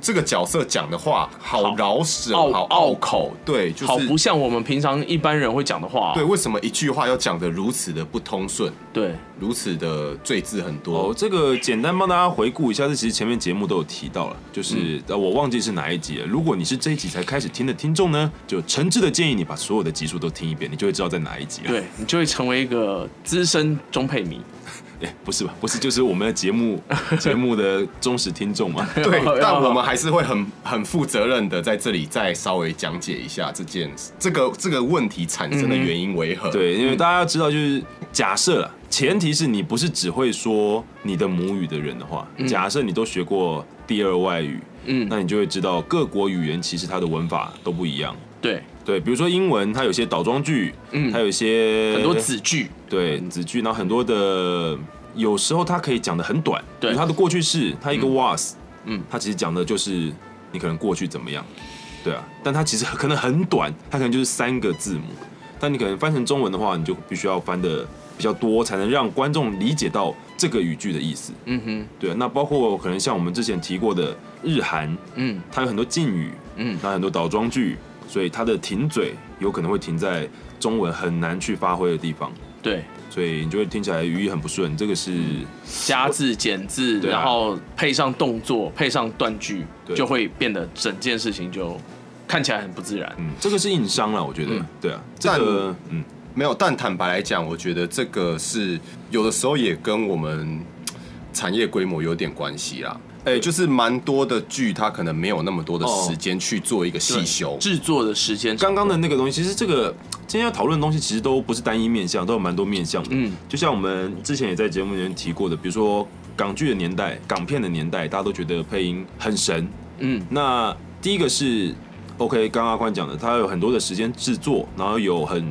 [SPEAKER 3] 这个角色讲的话好饶舌，
[SPEAKER 1] 拗
[SPEAKER 3] 好
[SPEAKER 1] 拗
[SPEAKER 3] 拗口，对，就
[SPEAKER 1] 好
[SPEAKER 3] 是
[SPEAKER 1] 不像我们平常一般人会讲的话、
[SPEAKER 3] 对，为什么一句话要讲的如此的不通顺，
[SPEAKER 1] 对
[SPEAKER 3] 如此的赘字很
[SPEAKER 4] 哦，
[SPEAKER 3] 多？
[SPEAKER 4] 这个简单帮大家回顾一下，这其实前面节目都有提到了，就是、呃我忘记是哪一集了。如果你是这一集才开始听的听众呢，就诚挚的建议你把所有的集数都听一遍，你就会知道在哪一集了。
[SPEAKER 1] 对，你就会成为一个资深中配迷。
[SPEAKER 4] 对， 不是吧？不是，就是我们的节 目节目的忠实听众嘛。
[SPEAKER 3] 对
[SPEAKER 1] 要，
[SPEAKER 3] 但
[SPEAKER 1] 要
[SPEAKER 3] 我们还是会很很负责任的在这里再稍微讲解一下这件这个这个问题产生
[SPEAKER 1] 嗯
[SPEAKER 3] 的原因为何。，
[SPEAKER 4] 对，因为大家要知道，就是假设了，前提是你不是只会说你的母语的人的话，假设你都学过第二外语，
[SPEAKER 1] 嗯
[SPEAKER 4] 嗯，那你就会知道各国语言其实它的文法都不一样。
[SPEAKER 1] 对，
[SPEAKER 4] 对，比如说英文，它有些倒装句，
[SPEAKER 1] 嗯
[SPEAKER 4] 嗯，它有一些
[SPEAKER 1] 很多子句，
[SPEAKER 4] 对子句，然后很多的有时候它可以讲的很短，
[SPEAKER 1] 对
[SPEAKER 4] 比如它的过去式，它一个 was，
[SPEAKER 1] 嗯
[SPEAKER 4] 嗯，它其实讲的就是你可能过去怎么样，对啊，但它其实可能很短，它可能就是三个字母，但你可能翻成中文的话，你就必须要翻的比较多，才能让观众理解到这个语句的意思，
[SPEAKER 1] 嗯哼，
[SPEAKER 4] 对、啊，那包括可能像我们之前提过的日韩，
[SPEAKER 1] 嗯
[SPEAKER 4] 它有很多敬语，
[SPEAKER 1] 嗯
[SPEAKER 4] 那很多倒装句，所以它的停嘴有可能会停在中文很难去发挥的地方。
[SPEAKER 1] 对，
[SPEAKER 4] 所以你就会听起来语义很不顺。这个是
[SPEAKER 1] 加字减字，
[SPEAKER 4] 对啊
[SPEAKER 1] 然后配上动作，配上断句，
[SPEAKER 4] 对
[SPEAKER 1] 就会变得整件事情就看起来很不自然。
[SPEAKER 4] 嗯，这个是硬伤了，我觉得。
[SPEAKER 1] 嗯
[SPEAKER 4] 对啊，这
[SPEAKER 3] 但
[SPEAKER 4] 个嗯，
[SPEAKER 3] 没有，但坦白来讲，我觉得这个是有的时候也跟我们产业规模有点关系啦。哎、就是蛮多的剧，它可能没有那么多的
[SPEAKER 4] 哦
[SPEAKER 3] 时间去做一个细修。
[SPEAKER 1] 制作的时间，
[SPEAKER 4] 刚刚的那个东西，其实这个今天要讨论的东西，其实都不是单一面向，都有蛮多面向的。
[SPEAKER 1] 嗯
[SPEAKER 4] 嗯，就像我们之前也在节目里面提过的，比如说港剧的年代、港片的年代，大家都觉得配音很神。
[SPEAKER 1] 嗯，
[SPEAKER 4] 那第一个是 OK，刚刚阿宽讲的，他有很多的时间制作，然后有很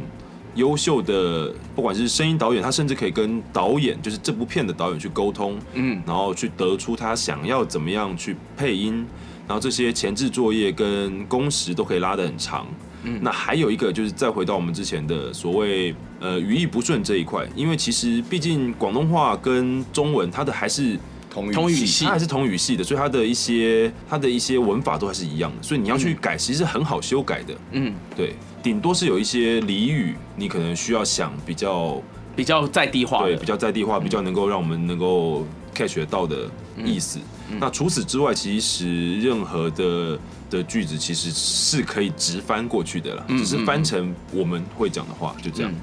[SPEAKER 4] 优秀的，不管是声音导演，他甚至可以跟导演，就是这部片的导演去沟通，
[SPEAKER 1] 嗯
[SPEAKER 4] 然后去得出他想要怎么样去配音，然后这些前置作业跟工时都可以拉得很长。嗯，那还有一个就是再回到我们之前的所谓呃语义不顺这一块，因为其实毕竟广东话跟中文它的还是
[SPEAKER 3] 同
[SPEAKER 1] 同
[SPEAKER 3] 语
[SPEAKER 1] 语系
[SPEAKER 4] 它还是同语系的，所以它的一些它的一些文法都还是一样的，所以你要去改，其实是很好修改的。
[SPEAKER 1] 嗯，
[SPEAKER 4] 对，顶多是有一些俚语，你可能需要想比较
[SPEAKER 1] 比较在地化
[SPEAKER 4] 对
[SPEAKER 1] 的
[SPEAKER 4] 比，较在地化，比较能够让我们能够 catch 得到的意思。
[SPEAKER 1] 嗯
[SPEAKER 4] 那除此之外，其实任何的的句子其实是可以直翻过去的啦，只是翻成我们会讲的话，就这样。
[SPEAKER 1] 嗯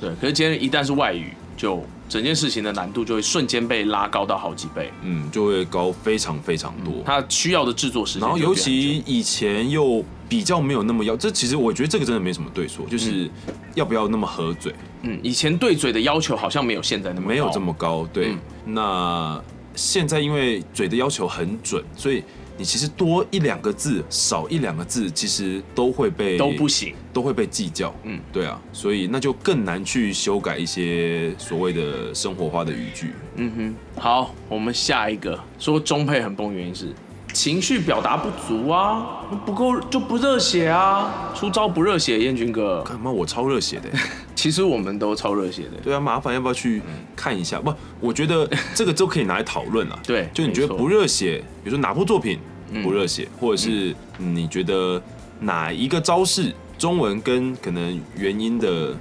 [SPEAKER 1] 对。可是今天一旦是外语，就整件事情的难度就会瞬间被拉高到好几倍，
[SPEAKER 4] 嗯，就会高非常非常多。
[SPEAKER 1] 嗯它需要的制作时间
[SPEAKER 4] 然
[SPEAKER 1] 就变
[SPEAKER 4] 后尤
[SPEAKER 1] 很久，
[SPEAKER 4] 其以前又比较没有那么要，这其实我觉得这个真的没什么对错，就是要不要那么合嘴，
[SPEAKER 1] 嗯，以前对嘴的要求好像没有现在那么
[SPEAKER 4] 没有
[SPEAKER 1] 高
[SPEAKER 4] 这么高。对，那现在因为嘴的要求很准，所以你其实多一两个字，少一两个字，其实都会被
[SPEAKER 1] 都不行，
[SPEAKER 4] 都会被计较。
[SPEAKER 1] 嗯
[SPEAKER 4] 嗯，对啊，所以那就更难去修改一些所谓的生活化的语句。
[SPEAKER 1] 嗯哼，好，我们下一个说中配很崩，原因是情绪表达不足啊，不够就不热血啊，出招不热血，燕军哥。
[SPEAKER 4] 干嘛？我超热血的、
[SPEAKER 1] 其实我们都超热血的，
[SPEAKER 4] 对啊，麻烦要不要去
[SPEAKER 1] 嗯
[SPEAKER 4] 看一下？不，我觉 得这个都可以拿来讨论了。
[SPEAKER 1] 对
[SPEAKER 4] 就你觉
[SPEAKER 1] 没
[SPEAKER 4] 得
[SPEAKER 1] 错嗯
[SPEAKER 4] 不热血，比如说哪部作品不热血，或者是你觉得哪一个招式中文跟可能原因的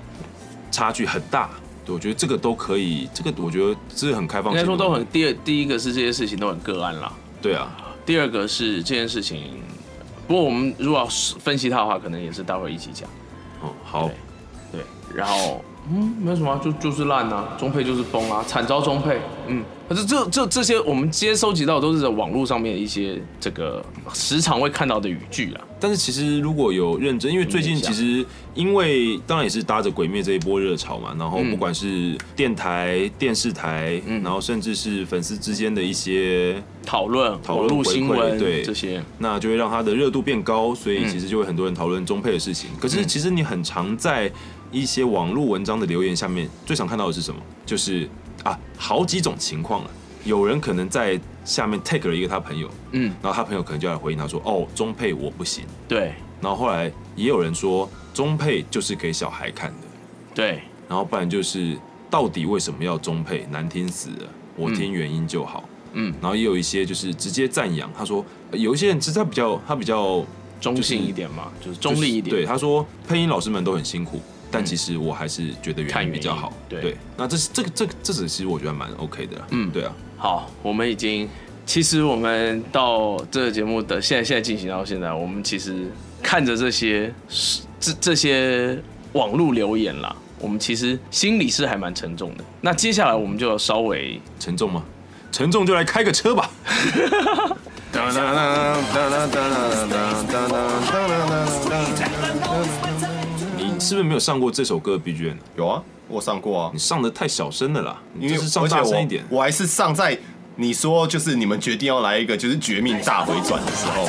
[SPEAKER 4] 差距很大，对我觉得这个都可以，这个我觉得是很开放
[SPEAKER 1] 应
[SPEAKER 4] 性
[SPEAKER 1] 该
[SPEAKER 4] 的
[SPEAKER 1] 说
[SPEAKER 4] 问题。
[SPEAKER 1] 都很第二第一个是这些事情都很个案啦，
[SPEAKER 4] 对啊，
[SPEAKER 1] 第二个是这件事情，不过我们如果要分析它的话，可能也是待会一起讲。
[SPEAKER 4] 哦，好，
[SPEAKER 1] 对，然后嗯，没有什么啊、就就是烂啊，中配就是崩啊，惨遭中配，嗯，可是这这这些我们今天收集到的都是在网络上面一些这个时常会看到的语句啊，
[SPEAKER 4] 但是其实如果有认真，因为最近
[SPEAKER 1] 念一下
[SPEAKER 4] 其实因为当然也是搭着《鬼灭》这一波热潮嘛，然后
[SPEAKER 1] 嗯
[SPEAKER 4] 不管是电台、电视台，
[SPEAKER 1] 嗯
[SPEAKER 4] 然后甚至是粉丝之间的一些，
[SPEAKER 1] 讨论、
[SPEAKER 4] 讨
[SPEAKER 1] 网
[SPEAKER 4] 论
[SPEAKER 1] 络
[SPEAKER 4] 回馈
[SPEAKER 1] 新闻
[SPEAKER 4] 对
[SPEAKER 1] 这些，嗯
[SPEAKER 4] 那就会让它的热度变高，所以其实就会很多人讨论中配的事情。可是其实你很常在一些网络文章的留言下面，最常看到的是什么？就是啊，好几种情况了、啊有人可能在下面 tag 了一个他朋友，
[SPEAKER 1] 嗯，
[SPEAKER 4] 然后他朋友可能就来回应他说：“哦，中配我不行。”
[SPEAKER 1] 对
[SPEAKER 4] 然后后来也有人说中配就是给小孩看的，
[SPEAKER 1] 对，
[SPEAKER 4] 然后不然就是到底为什么要中配，难听死了，我听原音就好。
[SPEAKER 1] 嗯，
[SPEAKER 4] 然后也有一些就是直接赞扬，他说呃有一些人是他比较他比较
[SPEAKER 1] 中性一点嘛，就是中立一点，嗯
[SPEAKER 4] 对，他说配音老师们都很辛苦。但其实我还是觉得
[SPEAKER 1] 看
[SPEAKER 4] 原
[SPEAKER 1] 原
[SPEAKER 4] 音
[SPEAKER 1] 音
[SPEAKER 4] 比较好，
[SPEAKER 1] 对
[SPEAKER 4] 那这是这个这个这只其实我觉得还蛮 OK 的啦，
[SPEAKER 1] 嗯
[SPEAKER 4] 对啊，
[SPEAKER 1] 好，我们已经，其实我们到这个节目的现在现在进行到现在，我们其实看着这些这这些网络留言啦，我们其实心里是还蛮沉重的。那接下来我们就要稍微
[SPEAKER 4] 沉重吗？沉重就来开个车吧。
[SPEAKER 3] 哒哒哒哒哒哒哒哒哒哒哒哒哒
[SPEAKER 4] 你是不是没有上过这首歌的 BGM？
[SPEAKER 3] 有啊，我上过啊
[SPEAKER 4] 你，上的太小声了啦，你
[SPEAKER 3] 因为
[SPEAKER 4] 就是上
[SPEAKER 3] 而且
[SPEAKER 4] 大
[SPEAKER 3] 我
[SPEAKER 4] 声一点。
[SPEAKER 3] 我还是上在你说就是你们决定要来一个就是绝命大回转的时候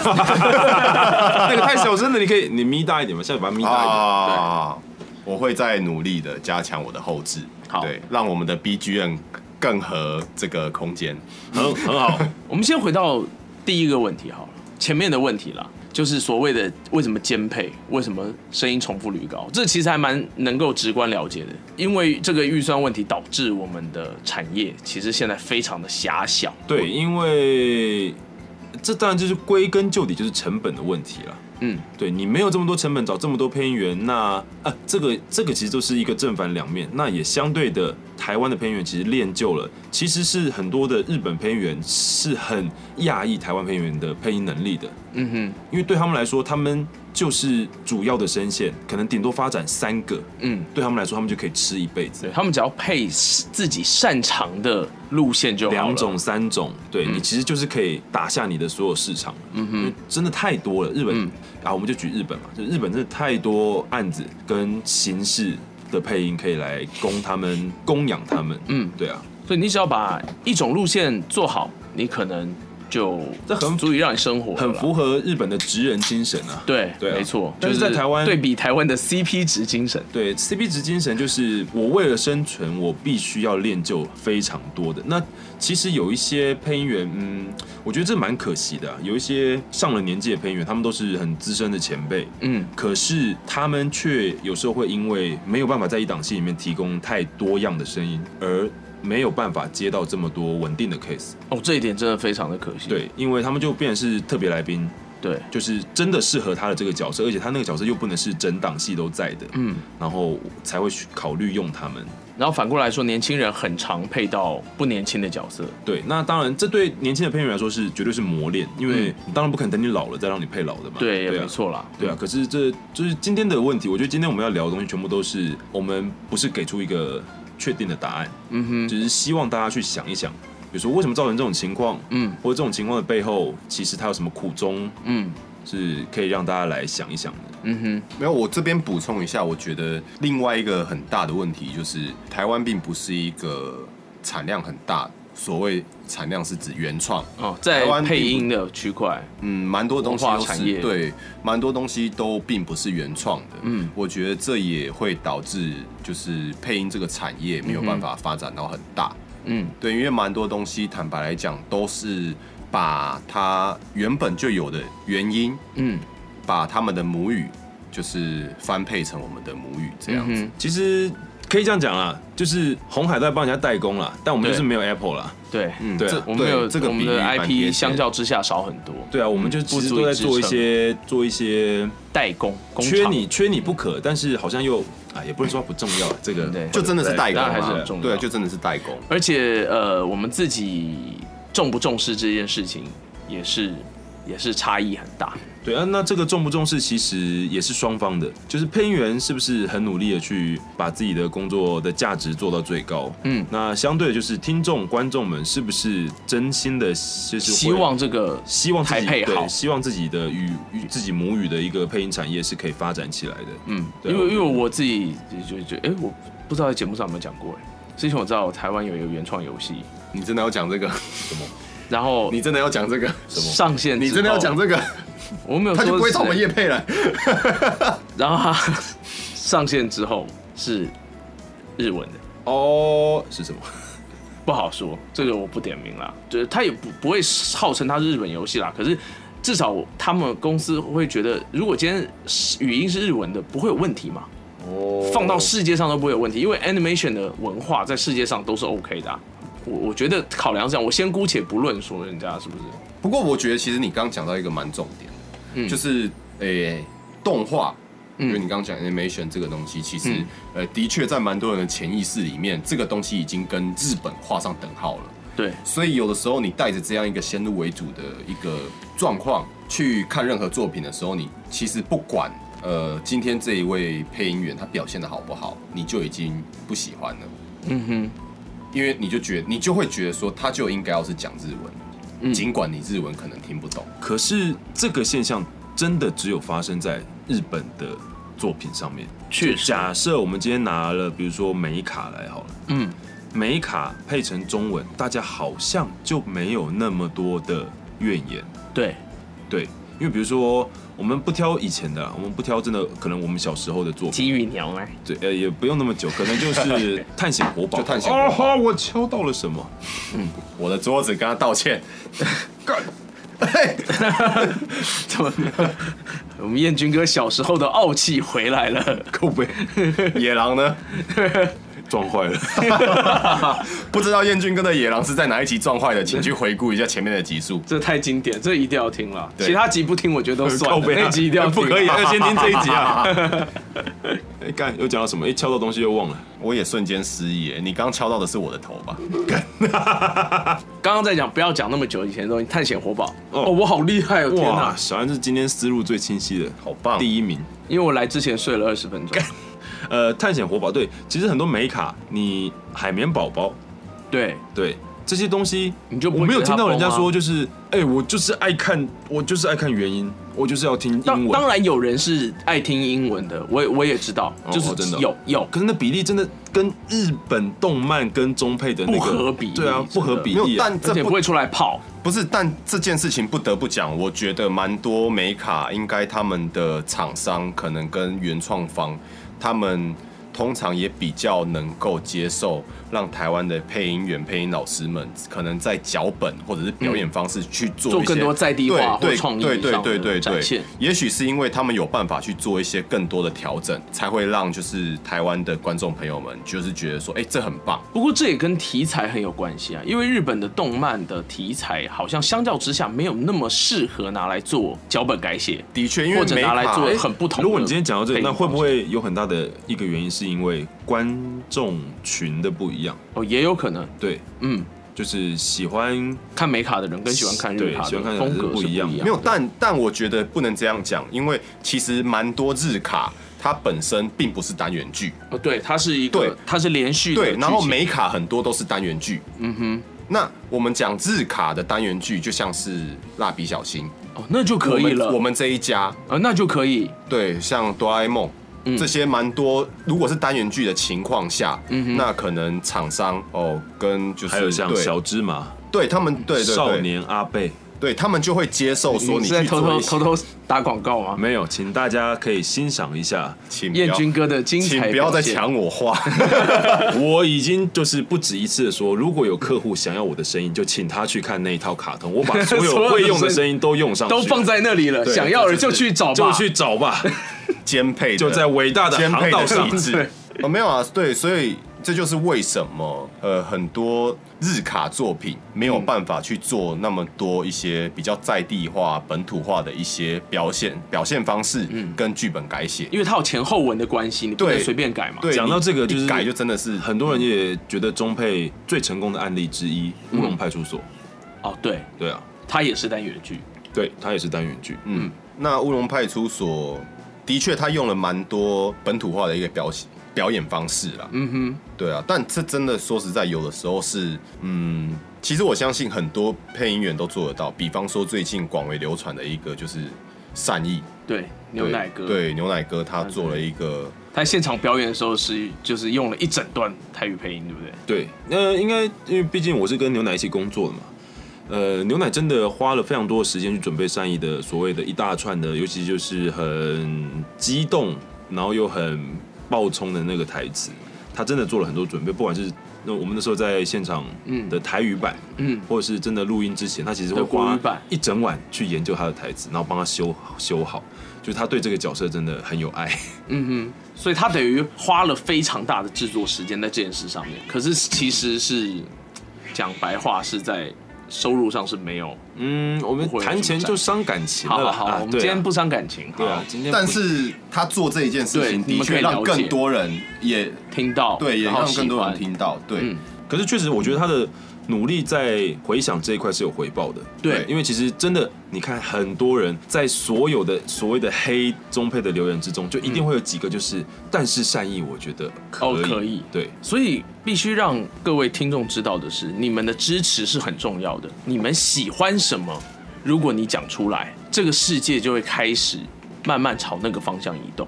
[SPEAKER 4] 那个太小声了，你可以你眯大一点嘛，下次把它眯大一点。
[SPEAKER 3] 啊，我会再努力的加强我的后置，
[SPEAKER 1] 好
[SPEAKER 3] 对，让我们的 BGM 更合这个空间。
[SPEAKER 4] 很很好，
[SPEAKER 1] 我们先回到第一个问题好了，前面的问题啦，就是所谓的为什么兼配，为什么声音重复率高，这其实还蛮能够直观了解的，因为这个预算问题导致我们的产业其实现在非常的狭小。
[SPEAKER 4] 对，因为这当然就是归根究底就是成本的问题了。
[SPEAKER 1] 嗯，
[SPEAKER 4] 对你没有这么多成本，找这么多配音员，那啊，这个这个其实就是一个正反两面。那也相对的，台湾的配音员其实练就了，其实是很多的日本配音员是很讶异台湾配音员的配音能力的。
[SPEAKER 1] 嗯哼，
[SPEAKER 4] 因为对他们来说，他们就是主要的声线，可能顶多发展三个，
[SPEAKER 1] 嗯，
[SPEAKER 4] 对他们来说，他们就可以吃一辈子
[SPEAKER 1] 对。他们只要配自己擅长的路线就好了
[SPEAKER 4] 两种、三种，对、你其实就是可以打下你的所有市场了。嗯哼，真的太多了。日本、啊，我们就举日本嘛，就日本真的太多案子跟形式的配音可以来供他们供养他们。
[SPEAKER 1] 嗯
[SPEAKER 4] 嗯，对啊，
[SPEAKER 1] 所以你只要把一种路线做好，你可能就
[SPEAKER 4] 这很
[SPEAKER 1] 足以让你生活了啦
[SPEAKER 4] 很符合日本的职人精神啊。
[SPEAKER 1] 对
[SPEAKER 4] 对啊
[SPEAKER 1] 没错。
[SPEAKER 4] 但是在台湾
[SPEAKER 1] 对比台湾的 CP 值精神，
[SPEAKER 4] 对 CP 值精神就是我为了生存，我必须要练就非常多的。那其实有一些配音员，嗯，我觉得这蛮可惜的啊、有一些上了年纪的配音员，他们都是很资深的前辈，
[SPEAKER 1] 嗯，
[SPEAKER 4] 可是他们却有时候会因为没有办法在一档戏里面提供太多样的声音，而没有办法接到这么多稳定的 case。
[SPEAKER 1] 哦，这一点真的非常的可惜。
[SPEAKER 4] 对，因为他们就变成是特别来宾，
[SPEAKER 1] 对，
[SPEAKER 4] 就是真的适合他的这个角色，而且他那个角色又不能是整档戏都在的，
[SPEAKER 1] 嗯，
[SPEAKER 4] 然后才会去考虑用他们。
[SPEAKER 1] 然后反过来说，年轻人很常配到不年轻的角色，
[SPEAKER 4] 对，那当然，这对年轻的配音员来说是绝对是磨练，因为你当然不可能等你老了再让你配老的嘛。
[SPEAKER 1] 嗯对，也
[SPEAKER 4] 对啊
[SPEAKER 1] 没错嗯啦。
[SPEAKER 4] 对啊，可是这就是今天的问题。我觉得今天我们要聊的东西，全部都是我们不是给出一个确定的答案，
[SPEAKER 1] 嗯哼，
[SPEAKER 4] 只是希望大家去想一想，比如说为什么造成这种情况，
[SPEAKER 1] 嗯
[SPEAKER 4] 或者这种情况的背后，其实它有什么苦衷，
[SPEAKER 1] 嗯
[SPEAKER 4] 是可以让大家来想一想的。
[SPEAKER 1] 嗯
[SPEAKER 3] 没有，我这边补充一下，我觉得另外一个很大的问题就是，台湾并不是一个产量很大，所谓产量是指原创，
[SPEAKER 1] 哼，哦，在
[SPEAKER 3] 台湾
[SPEAKER 1] 配
[SPEAKER 3] 并不
[SPEAKER 1] 音的区块，
[SPEAKER 3] 嗯，蛮多东西
[SPEAKER 1] 文
[SPEAKER 3] 都
[SPEAKER 1] 化
[SPEAKER 3] 是
[SPEAKER 1] 产业
[SPEAKER 3] 对，蛮多东西都并不是原创的。嗯，我觉得这也会导致就是配音这个产业没有办法发展到很大。
[SPEAKER 1] 嗯
[SPEAKER 3] 对，因为蛮多东西，坦白来讲，都是把它原本就有的原因，
[SPEAKER 1] 嗯
[SPEAKER 3] 把他们的母语就是翻配成我们的母语这样子。
[SPEAKER 1] 嗯
[SPEAKER 4] 其实可以这样讲啦，就是红海都在帮人家代工啦，但我们
[SPEAKER 1] 对
[SPEAKER 4] 就是没有 Apple 啦。
[SPEAKER 1] 哼，对，
[SPEAKER 3] 嗯
[SPEAKER 4] 对啊
[SPEAKER 3] 这
[SPEAKER 1] 我们有
[SPEAKER 3] 对这个
[SPEAKER 1] 我们
[SPEAKER 3] 比喻
[SPEAKER 1] 的
[SPEAKER 3] 蛮贴
[SPEAKER 1] IP
[SPEAKER 3] 切
[SPEAKER 1] 相较之下少很多，
[SPEAKER 4] 对啊，我们就其实都在做一些做一些
[SPEAKER 1] 代工工
[SPEAKER 4] 缺
[SPEAKER 1] 厂
[SPEAKER 4] 你缺你不可，但是好像又啊也不能说它不重要，这个
[SPEAKER 1] 嗯对
[SPEAKER 3] 就真的是代工
[SPEAKER 1] 当然还是
[SPEAKER 3] 啊
[SPEAKER 1] 很重，要
[SPEAKER 3] 对，就真的是代工。
[SPEAKER 1] 而且呃，我们自己重不重视这件事情，也是也是差异很大。
[SPEAKER 4] 对啊，那这个重不重视其实也是双方的，就是配音员是不是很努力的去把自己的工作的价值做到最高，
[SPEAKER 1] 嗯，
[SPEAKER 4] 那相对的就是听众观众们是不是真心的就是会
[SPEAKER 1] 希望这个
[SPEAKER 4] 希望自己
[SPEAKER 1] 台配好
[SPEAKER 4] 对，希望自己的语语自己母语的一个配音产业是可以发展起来的，
[SPEAKER 1] 嗯，
[SPEAKER 4] 对
[SPEAKER 3] 啊
[SPEAKER 1] 因
[SPEAKER 4] 我
[SPEAKER 1] 为
[SPEAKER 4] 觉
[SPEAKER 1] 因为我自己就就哎、我不知道在节目上有没有讲过哎、之前我知道台湾有一个原创游戏，
[SPEAKER 3] 你真的要讲这个？
[SPEAKER 1] 然后
[SPEAKER 3] 你真的要讲这个？
[SPEAKER 1] 上线之
[SPEAKER 3] 你真的要
[SPEAKER 1] 后
[SPEAKER 3] 讲这个？
[SPEAKER 1] 我没 有
[SPEAKER 3] 他
[SPEAKER 1] 说
[SPEAKER 3] 就不会找我们
[SPEAKER 1] 是
[SPEAKER 3] 叶配 了。
[SPEAKER 1] 然后它上线之后是日文的，
[SPEAKER 4] 哦，是什么？
[SPEAKER 1] 不好说，这个我不点名啦。就是他也不不会号称他是日本游戏啦，可是至少他们公司会觉得，如果今天语音是日文的，不会有问题嘛？
[SPEAKER 4] 哦
[SPEAKER 1] 放到世界上都不会有问题，因为 animation 的文化在世界上都是 OK 的啊、我我觉得考量这样，我先姑且不论说人家是不是，
[SPEAKER 3] 不过我觉得其实你刚刚讲到一个蛮重点的，就是诶、动画。因为你刚刚讲 animation 这个东西，其实、
[SPEAKER 1] 嗯
[SPEAKER 3] 呃，的确在蛮多人的潜意识里面，这个东西已经跟日本画上等号了。
[SPEAKER 1] 对，
[SPEAKER 3] 所以有的时候你带着这样一个先入为主的一个状况去看任何作品的时候，你其实不管呃今天这一位配音员他表现的好不好，你就已经不喜欢了，
[SPEAKER 1] 嗯哼，
[SPEAKER 3] 因为你就觉得你就会觉得说他就应该要是讲日
[SPEAKER 4] 嗯
[SPEAKER 3] 文，尽、管你日文可能听不懂。
[SPEAKER 4] 可是这个现象真的只有发生在日本的作品上面。
[SPEAKER 1] 确实，
[SPEAKER 4] 假设我们今天拿了，比如说美卡来好了，
[SPEAKER 1] 嗯，
[SPEAKER 4] 美卡配成中文，大家好像就没有那么多的怨言。
[SPEAKER 1] 对，
[SPEAKER 4] 对，因为比如说我们不挑以前的啦，我们不挑真的可能我们小时候的作品，
[SPEAKER 1] 鸡与鸟吗？
[SPEAKER 4] 对，呃，也不用那么久，可能就是探险活宝，
[SPEAKER 3] 就探险活宝
[SPEAKER 4] 啊哈，我敲到了什么？
[SPEAKER 3] 我的桌子跟他道歉，
[SPEAKER 1] 怎么？我们 彦军哥小时候的傲气回来了，
[SPEAKER 3] 野狼呢？
[SPEAKER 4] 撞坏了。
[SPEAKER 3] 不知道燕俊跟的野狼是在哪一集撞坏的，请去回顾一下前面的集数。
[SPEAKER 1] 这太经典，这一定要听了。
[SPEAKER 3] 对
[SPEAKER 1] 其他集不听我觉得都算
[SPEAKER 4] 靠
[SPEAKER 1] 了，
[SPEAKER 4] 背啊
[SPEAKER 1] 那集一定要听。
[SPEAKER 4] 不可以，要先听这一集啊！哎，干又讲到什么？一敲到东西又忘了。
[SPEAKER 3] 我也瞬间失忆耶，你刚敲到的是我的头吧？
[SPEAKER 1] 刚刚在讲不要讲那么久以前的东西，探险活宝。
[SPEAKER 4] 哦
[SPEAKER 1] 哦，我好厉害哦！天
[SPEAKER 4] 哇，
[SPEAKER 1] 哪，
[SPEAKER 4] 小安是今天思路最清晰的，
[SPEAKER 3] 好棒
[SPEAKER 4] 第一名。
[SPEAKER 1] 因为我来之前睡了二十分钟。
[SPEAKER 4] 呃，探险活宝对，其实很多美卡，你海绵宝宝
[SPEAKER 1] 对，
[SPEAKER 4] 对这些东西，
[SPEAKER 1] 你就不会
[SPEAKER 4] 我没有
[SPEAKER 1] 觉得它
[SPEAKER 4] 听到人家
[SPEAKER 1] 崩啊
[SPEAKER 4] 说就是，哎、我就是爱看，我就是爱看原音，我就是要听英
[SPEAKER 1] 当
[SPEAKER 4] 文。
[SPEAKER 1] 当，然有人是爱听英文的，我也我也知道，
[SPEAKER 4] 哦
[SPEAKER 1] 就是
[SPEAKER 4] 真的哦
[SPEAKER 1] 有有。
[SPEAKER 4] 可是那比例真的跟日本动漫跟中配的那个
[SPEAKER 1] 不合比例
[SPEAKER 4] 对啊，不合比
[SPEAKER 1] 真
[SPEAKER 3] 没有
[SPEAKER 4] 例，啊。
[SPEAKER 3] 但
[SPEAKER 1] 而
[SPEAKER 3] 这
[SPEAKER 1] 且
[SPEAKER 3] 不
[SPEAKER 1] 不会出来泡，
[SPEAKER 3] 不是，但这件事情不得不讲，我觉得蛮多美卡应该他们的厂商可能跟原创方，他们通常也比较能够接受让台湾的配音员、配音老师们可能在脚本或者是表演方式去做
[SPEAKER 1] 做
[SPEAKER 3] 一些
[SPEAKER 1] 更多在地化
[SPEAKER 3] 对
[SPEAKER 1] 或创意
[SPEAKER 3] 对对
[SPEAKER 1] 上的
[SPEAKER 3] 对对对
[SPEAKER 1] 展现
[SPEAKER 3] 对，也许是因为他们有办法去做一些更多的调整，才会让就是台湾的观众朋友们就是觉得说，哎、这很棒。
[SPEAKER 1] 不过这也跟题材很有关系啊，因为日本的动漫的题材好像相较之下没有那么适合拿来做脚本改写，
[SPEAKER 3] 的确，因为
[SPEAKER 1] 或者
[SPEAKER 3] 美
[SPEAKER 1] 拿来
[SPEAKER 3] 卡
[SPEAKER 1] 做
[SPEAKER 3] 哎
[SPEAKER 1] 很不同的
[SPEAKER 4] 如果你今天讲到这
[SPEAKER 1] 配
[SPEAKER 4] 里，
[SPEAKER 1] 音
[SPEAKER 4] 那
[SPEAKER 1] 方式
[SPEAKER 4] 会不会有很大的一个原因是因为观众群的不一样？
[SPEAKER 1] 哦也有可能，
[SPEAKER 4] 对，
[SPEAKER 1] 嗯，
[SPEAKER 4] 就是喜欢
[SPEAKER 1] 看美卡的人跟喜欢看日卡
[SPEAKER 4] 对喜
[SPEAKER 1] 的
[SPEAKER 4] 欢看日卡
[SPEAKER 1] 风
[SPEAKER 4] 是
[SPEAKER 1] 格
[SPEAKER 4] 不
[SPEAKER 1] 是
[SPEAKER 4] 一样的
[SPEAKER 1] 的
[SPEAKER 3] 没有，但但我觉得不能这样讲，因为其实蛮多日卡它本身并不是单元剧，
[SPEAKER 1] 哦，对，它是一
[SPEAKER 3] 对
[SPEAKER 1] 个，它是连续的
[SPEAKER 3] 对，然后
[SPEAKER 1] 剧情
[SPEAKER 3] 美卡很多都是单元剧，嗯哼。那我们讲日卡的单元剧，就像是蜡笔小新，
[SPEAKER 1] 哦，那就可以
[SPEAKER 3] 我
[SPEAKER 1] 了，
[SPEAKER 3] 们我们这一家，
[SPEAKER 1] 呃那就可以，
[SPEAKER 3] 对，像哆啦 A 梦。
[SPEAKER 1] 嗯
[SPEAKER 3] 这些蛮多，如果是单元剧的情况下，
[SPEAKER 1] 嗯
[SPEAKER 3] 那可能厂商哦跟就是
[SPEAKER 4] 还有像
[SPEAKER 3] 对
[SPEAKER 4] 小芝麻、
[SPEAKER 3] 对他们对对
[SPEAKER 4] 少
[SPEAKER 3] 对，
[SPEAKER 4] 年阿贝，
[SPEAKER 3] 对他们就会接受说
[SPEAKER 1] 你
[SPEAKER 3] 你
[SPEAKER 1] 是在
[SPEAKER 3] 去
[SPEAKER 1] 偷
[SPEAKER 3] 做
[SPEAKER 1] 偷
[SPEAKER 3] 一些
[SPEAKER 1] 偷偷打广告吗？
[SPEAKER 4] 没有，请大家可以欣赏一下。
[SPEAKER 3] 请不
[SPEAKER 1] 燕
[SPEAKER 3] 要
[SPEAKER 1] 军哥的精彩
[SPEAKER 3] 请
[SPEAKER 1] 表现，
[SPEAKER 3] 不要再抢我话。
[SPEAKER 4] 我已经就是不止一次的说，如果有客户想要我的声音，就请他去看那一套卡通，我把所
[SPEAKER 1] 所有
[SPEAKER 4] 有
[SPEAKER 1] 的
[SPEAKER 4] 会用的
[SPEAKER 1] 声
[SPEAKER 4] 声音都用上去，
[SPEAKER 1] 都放在那里了，
[SPEAKER 3] 对
[SPEAKER 1] 想要了
[SPEAKER 3] 就
[SPEAKER 1] 就是去找吧，
[SPEAKER 4] 就去找吧，
[SPEAKER 3] 兼配的，
[SPEAKER 4] 就在伟大的
[SPEAKER 3] 兼
[SPEAKER 4] 航
[SPEAKER 3] 配
[SPEAKER 4] 道
[SPEAKER 3] 的
[SPEAKER 4] 上
[SPEAKER 3] 体。制
[SPEAKER 1] 对。
[SPEAKER 3] 哦，没有啊，对，所以这就是为什么呃，很多日卡作品没有办法去做那么多一些比较在地化、本土化的一些表现表现方式，跟剧本改写。
[SPEAKER 1] 因为它有前后文的关系，你不能
[SPEAKER 3] 对
[SPEAKER 1] 随便改嘛。
[SPEAKER 3] 对，
[SPEAKER 4] 嗯讲到
[SPEAKER 3] 你
[SPEAKER 4] 这个
[SPEAKER 3] 一
[SPEAKER 4] 就是
[SPEAKER 3] 改就真的是
[SPEAKER 4] 很多人也觉得中配最成功的案例之一《乌龙派出所》，
[SPEAKER 1] 哦，对，
[SPEAKER 4] 对啊，
[SPEAKER 1] 它也是单元剧，
[SPEAKER 4] 对，它也是单元剧。
[SPEAKER 3] 嗯。那乌龙派出所的确，他用了蛮多本土化的一个表表演方式啦。
[SPEAKER 1] 嗯
[SPEAKER 3] 对啊，但这真的说实在，有的时候是，嗯，其实我相信很多配音员都做得到。比方说最近广为流传的一个就是善意
[SPEAKER 1] 哼，对，牛奶哥，，
[SPEAKER 3] 对牛奶哥他做了一个，
[SPEAKER 1] 他现场表演的时候是就是用了一整段台语配音，对不对？
[SPEAKER 4] 对，那应该因为毕竟我是跟牛奶一起工作的嘛。呃，牛奶真的花了非常多的时间去准备善意的所谓的一大串的，尤其就是很激动，然后又很爆冲的那个台词，他真的做了很多准备，不管是那我们那时候在现场的台语版，
[SPEAKER 1] 嗯
[SPEAKER 4] 嗯，或者是真的录音之前，他其实会
[SPEAKER 1] 对国
[SPEAKER 4] 花
[SPEAKER 1] 语版
[SPEAKER 4] 一整晚去研究他的台词，然后帮他修修好，就是他对这个角色真的很有爱。
[SPEAKER 1] 嗯哼，所以他等于花了非常大的制作时间在这件事上面，可是其实是讲白话是在收入上是没有。
[SPEAKER 4] 嗯，我们
[SPEAKER 1] 不会有
[SPEAKER 4] 谈
[SPEAKER 1] 什
[SPEAKER 4] 钱
[SPEAKER 1] 么
[SPEAKER 4] 就伤感情
[SPEAKER 1] 好
[SPEAKER 4] 了
[SPEAKER 1] 好
[SPEAKER 4] 啦。
[SPEAKER 1] 好，
[SPEAKER 4] 啊
[SPEAKER 1] 我们
[SPEAKER 4] 对
[SPEAKER 1] 今
[SPEAKER 4] 啊
[SPEAKER 1] 天不伤感情，
[SPEAKER 4] 对啊
[SPEAKER 1] 好，
[SPEAKER 4] 今天不
[SPEAKER 3] 但是他做这一件事情
[SPEAKER 1] 对
[SPEAKER 3] 的确让
[SPEAKER 1] 你们可以了解
[SPEAKER 3] 更多人也
[SPEAKER 1] 听到，
[SPEAKER 3] 对，也
[SPEAKER 1] 然后
[SPEAKER 3] 让更多
[SPEAKER 1] 喜欢
[SPEAKER 3] 人听到，对
[SPEAKER 1] 嗯，
[SPEAKER 4] 可是确实，我觉得他的努力在回想这一块是有回报的。
[SPEAKER 1] 对
[SPEAKER 4] 因为其实真的，你看很多人在所有的所谓的黑中配的留言之中，就一定会有几个就是，但是善意，我觉得可以，
[SPEAKER 1] 哦可以
[SPEAKER 4] 对。
[SPEAKER 1] 所以必须让各位听众知道的是，你们的支持是很重要的。你们喜欢什么，如果你讲出来，这个世界就会开始慢慢朝那个方向移动。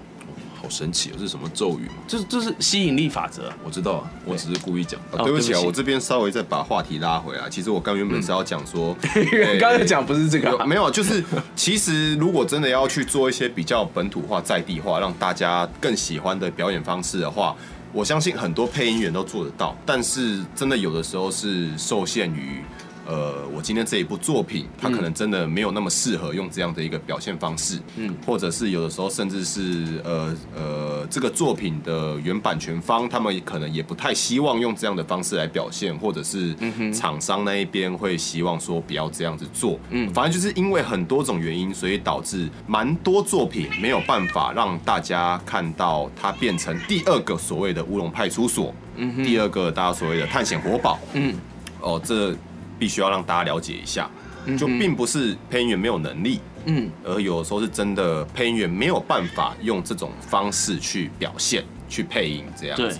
[SPEAKER 4] 好神奇哦！这是什么咒语吗？
[SPEAKER 1] 这这是吸引力法则啊。
[SPEAKER 4] 我知道啊，我只是故意讲。
[SPEAKER 3] 啊对不起啊，
[SPEAKER 1] 哦对不起
[SPEAKER 3] 我这边稍微再把话题拉回来。其实我刚原本是要讲说，哎
[SPEAKER 1] 刚才讲不是这个
[SPEAKER 3] 有
[SPEAKER 1] 啊，
[SPEAKER 3] 没有，就是其实如果真的要去做一些比较本土化、在地化，让大家更喜欢的表演方式的话，我相信很多配音员都做得到。但是真的有的时候是受限于呃，我今天这一部作品，它
[SPEAKER 1] 嗯
[SPEAKER 3] 可能真的没有那么适合用这样的一个表现方式，嗯，或者是有的时候甚至是呃呃，这个作品的原版权方他们可能也不太希望用这样的方式来表现，或者是厂商那一边会希望说不要这样子做，嗯，反正就是因为很多种原因，所以导致蛮多作品没有办法让大家看到它变成第二个所谓的乌龙派出所，嗯，第二个大家所谓的探险活宝，
[SPEAKER 1] 嗯，
[SPEAKER 3] 哦，这必须要让大家了解一下，就并不是配音员没有能力，
[SPEAKER 1] 嗯，
[SPEAKER 3] 而有时候是真的配音员没有办法用这种方式去表现、去配音这样
[SPEAKER 1] 对
[SPEAKER 3] 子。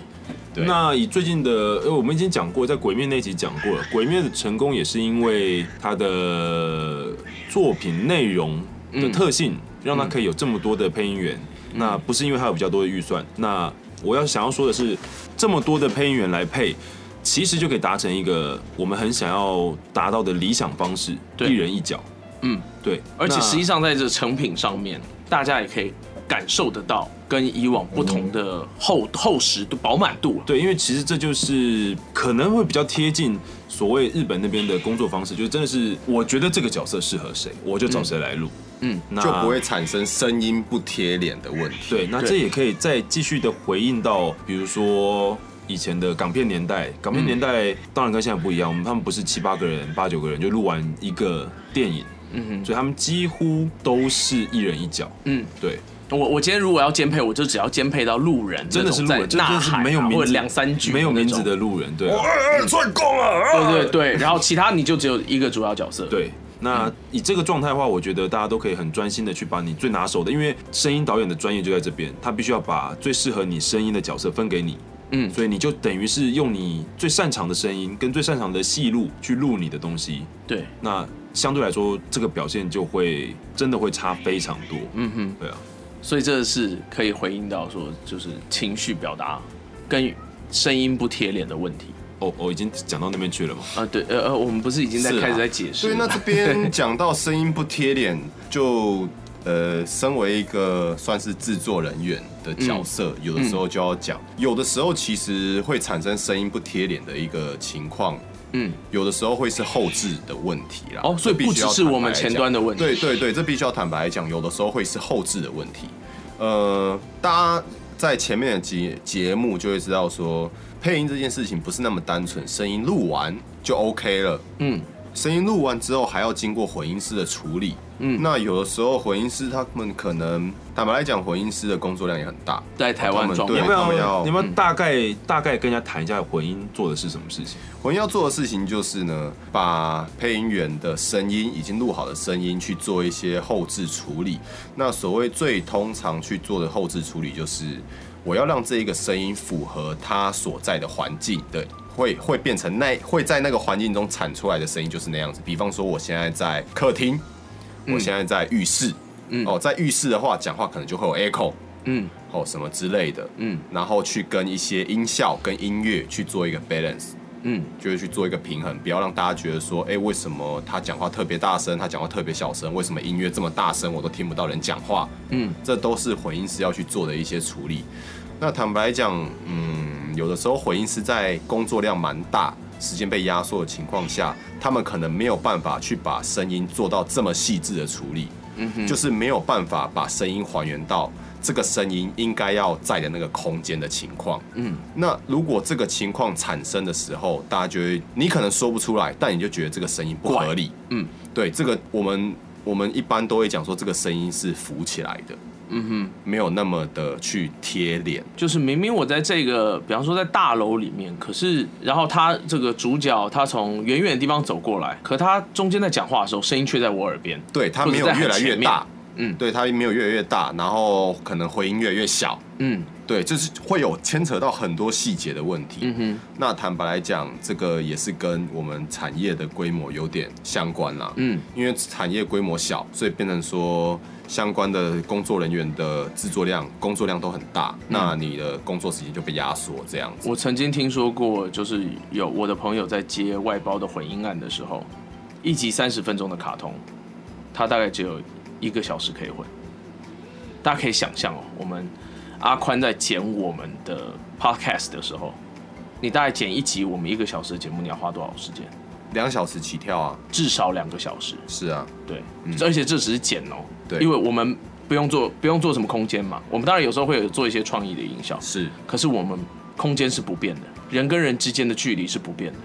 [SPEAKER 3] 对
[SPEAKER 4] 那以最近的，呃，我们已经讲过，在《鬼灭》那集讲过了，《鬼灭》的成功也是因为它的作品内容的特性，让它可以有这么多的配音员。
[SPEAKER 1] 嗯
[SPEAKER 4] 那不是因为它有比较多的预算。那我要想要说的是，这么多的配音员来配，其实就可以达成一个我们很想要达到的理想方式，
[SPEAKER 1] 对
[SPEAKER 4] 一人一脚。
[SPEAKER 1] 嗯，
[SPEAKER 4] 对。
[SPEAKER 1] 而且
[SPEAKER 4] 那
[SPEAKER 1] 实际上在这成品上面，大家也可以感受得到跟以往不同的厚厚实度、饱满度了。啊
[SPEAKER 4] 对，因为其实这就是可能会比较贴近所谓日本那边的工作方式，就是真的是我觉得这个角色适合谁，我就找谁来录，
[SPEAKER 1] 嗯，
[SPEAKER 4] 那
[SPEAKER 3] 就不会产生声音不贴脸的问题。
[SPEAKER 4] 对。那
[SPEAKER 1] 对
[SPEAKER 4] 这也可以再继续的回应到，比如说以前的港片年代，港
[SPEAKER 1] 嗯
[SPEAKER 4] 片年代当然跟现在不一样，我们他们不是七八个人、八九个人就录完一个电影，嗯，所以他们几乎都是一人一角，
[SPEAKER 1] 嗯，
[SPEAKER 4] 对。
[SPEAKER 1] 我我今天如果要兼配，我就只要兼配到路人，
[SPEAKER 4] 真的是路
[SPEAKER 1] 在
[SPEAKER 4] 人，这
[SPEAKER 1] 呐
[SPEAKER 4] 真的
[SPEAKER 1] 喊
[SPEAKER 4] 是
[SPEAKER 1] 啊
[SPEAKER 4] 没有名
[SPEAKER 1] 或者
[SPEAKER 4] 字
[SPEAKER 1] 两三句
[SPEAKER 4] 没有名
[SPEAKER 1] 那
[SPEAKER 4] 字
[SPEAKER 1] 种
[SPEAKER 4] 的路人，对啊、
[SPEAKER 3] 二串供啊！
[SPEAKER 1] 对对 对，然后其他你就只有一个主要角色。，
[SPEAKER 4] 对，那
[SPEAKER 1] 嗯
[SPEAKER 4] 以这个状态的话，我觉得大家都可以很专心的去把你最拿手的，因为声音导演的专业就在这边，他必须要把最适合你声音的角色分给你。
[SPEAKER 1] 嗯
[SPEAKER 4] 所以你就等于是用你最擅长的声音跟最擅长的戏路去录你的东西，
[SPEAKER 1] 对，
[SPEAKER 4] 那相对来说，这个表现就会真的会差非常多。嗯，
[SPEAKER 1] 嗯哼，
[SPEAKER 4] 对啊，
[SPEAKER 1] 所以这是可以回应到说，就是情绪表达跟声音不贴脸的问题。
[SPEAKER 4] 哦，我、已经讲到那边去了嘛。
[SPEAKER 1] 啊，对，呃呃，我们不是已经在
[SPEAKER 3] 是啊
[SPEAKER 1] 开始在解释
[SPEAKER 3] 所以
[SPEAKER 1] 了吗？
[SPEAKER 3] 那这边讲到声音不贴脸，就呃，身为一个算是制作人员的角色，有的时候就要讲，有的时候其实会产生声音不贴脸的一个情况。
[SPEAKER 1] 嗯，
[SPEAKER 3] 有的时候会是后置的问题啦。
[SPEAKER 1] 哦所以
[SPEAKER 3] 这必须要
[SPEAKER 1] 不只是我
[SPEAKER 3] 坦白
[SPEAKER 1] 们
[SPEAKER 3] 来讲
[SPEAKER 1] 前端的问题
[SPEAKER 3] 对对对，这必须要坦白来讲，有的时候会是后置的问题。呃，大家在前面的节节目就会知道说，配音这件事情不是那么单纯，声音录完就 OK 了。
[SPEAKER 1] 嗯，
[SPEAKER 3] 声音录完之后还要经过混音师的处理。嗯，那有的时候混音师他们可能，坦白来讲，混音师的工作量也很大。
[SPEAKER 1] 在台湾状
[SPEAKER 3] 对
[SPEAKER 4] 你
[SPEAKER 1] 况
[SPEAKER 4] 要不
[SPEAKER 3] 他们
[SPEAKER 4] 要
[SPEAKER 3] 要
[SPEAKER 4] 你要不
[SPEAKER 1] 嗯
[SPEAKER 4] 要大概、大概跟人家谈一下混音做的是什么事情？
[SPEAKER 3] 我们要做的事情就是呢，把配音员的声音已经录好的声音去做一些后置处理。那所谓最通常去做的后置处理，就是我要让这一个声音符合它所在的环境的。会会变成那会在那个环境中产出来的声音就是那样子。比方说，我现在在客厅，我现在在浴室，哦，在浴室的话，讲话可能就会有 echo，
[SPEAKER 1] 嗯
[SPEAKER 3] 哦什么之类的，
[SPEAKER 1] 嗯
[SPEAKER 3] 然后去跟一些音效跟音乐去做一个 balance。
[SPEAKER 1] 嗯
[SPEAKER 3] 就是去做一个平衡，不要让大家觉得说，哎、为什么他讲话特别大声，他讲话特别小声，为什么音乐这么大声，我都听不到人讲话？
[SPEAKER 1] 嗯，
[SPEAKER 3] 这都是混音师要去做的一些处理。那坦白讲，嗯，有的时候混音师在工作量蛮大、时间被压缩的情况下，他们可能没有办法去把声音做到这么细致的处理，嗯哼，就是没有办法把声音还原到这个声音应该要在的那个空间的情况，
[SPEAKER 1] 嗯，
[SPEAKER 3] 那如果这个情况产生的时候，大家就会，你可能说不出来，但你就觉得这个声音不合理。
[SPEAKER 1] 嗯，
[SPEAKER 3] 对，这个我们我们一般都会讲说，这个声音是浮起来的，
[SPEAKER 1] 嗯哼，
[SPEAKER 3] 没有那么的去贴脸。
[SPEAKER 1] 就是明明我在这个，比方说在大楼里面，可是然后他这个主角他从远远的地方走过来，可他中间在讲话的时候，声音却在我耳边。
[SPEAKER 3] 对，它
[SPEAKER 1] 或者
[SPEAKER 3] 没有
[SPEAKER 1] 在很
[SPEAKER 3] 越来越
[SPEAKER 1] 前面
[SPEAKER 3] 大，
[SPEAKER 1] 嗯
[SPEAKER 3] 对，它没有越来越大，然后可能回音越来越小。
[SPEAKER 1] 嗯
[SPEAKER 3] 对，就是会有牵扯到很多细节的问题。
[SPEAKER 1] 嗯哼
[SPEAKER 3] 那坦白来讲，这个也是跟我们产业的规模有点相关啦。
[SPEAKER 1] 嗯，
[SPEAKER 3] 因为产业规模小，所以变成说相关的工作人员的制作量、工作量都很大，那你的工作时间就被压缩这样子。
[SPEAKER 1] 嗯我曾经听说过，就是有我的朋友在接外包的混音案的时候，一集三十分钟的卡通，他大概只有一个小时可以混。大家可以想象哦，我们阿宽在剪我们的 podcast 的时候，你大概剪一集我们一个小时的节目，你要花多少时间？
[SPEAKER 3] 两小时起跳啊，
[SPEAKER 1] 至少两个小时。
[SPEAKER 3] 是啊，
[SPEAKER 1] 对，而且这只是剪哦、
[SPEAKER 3] 对
[SPEAKER 1] 因为我们不用做不用做什么空间嘛，我们当然有时候会有做一些创意的营销，
[SPEAKER 3] 是
[SPEAKER 1] 可是我们空间是不变的，人跟人之间的距离是不变的，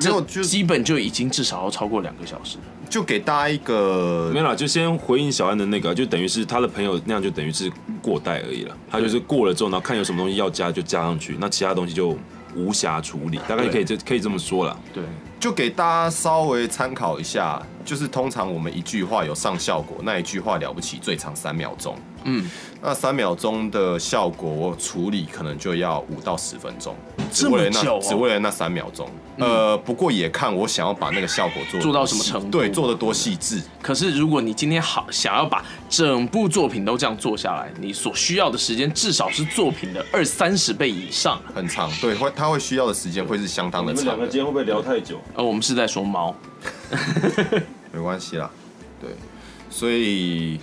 [SPEAKER 3] 没有
[SPEAKER 1] 这
[SPEAKER 3] 就
[SPEAKER 1] 基本就已经至少要超过两个小时了。
[SPEAKER 3] 就给大家一个
[SPEAKER 4] 没有啦，就先回应小安的那个，就等于是他的朋友那样，就等于是过带而已了。他就是过了之后，然后看有什么东西要加就加上去，那其他东西就无暇处理，大概可以这可以这么说啦。
[SPEAKER 1] 对，
[SPEAKER 3] 就给大家稍微参考一下，就是通常我们一句话有上效果，那一句话了不起最长三秒钟，
[SPEAKER 1] 嗯，
[SPEAKER 3] 那三秒钟的效果我处理可能就要五到十分钟，只
[SPEAKER 1] 这么
[SPEAKER 3] 为了那
[SPEAKER 1] 久哦嗯
[SPEAKER 3] 只为了那三秒钟。呃，不过也看我想要把那个效果做
[SPEAKER 1] 做到
[SPEAKER 3] 多
[SPEAKER 1] 什么
[SPEAKER 3] 细
[SPEAKER 1] 程度
[SPEAKER 3] 对，做的多细致，
[SPEAKER 1] 可是如果你今天好想要把整部作品都这样做下来，你所需要的时间至少是作品的二三十倍以上。
[SPEAKER 3] 很长，对，会它会需要的时间会是相当的长的。
[SPEAKER 4] 天会不会聊太久？
[SPEAKER 1] 呃而我们是在说猫，
[SPEAKER 3] 没关系啦，对，所以，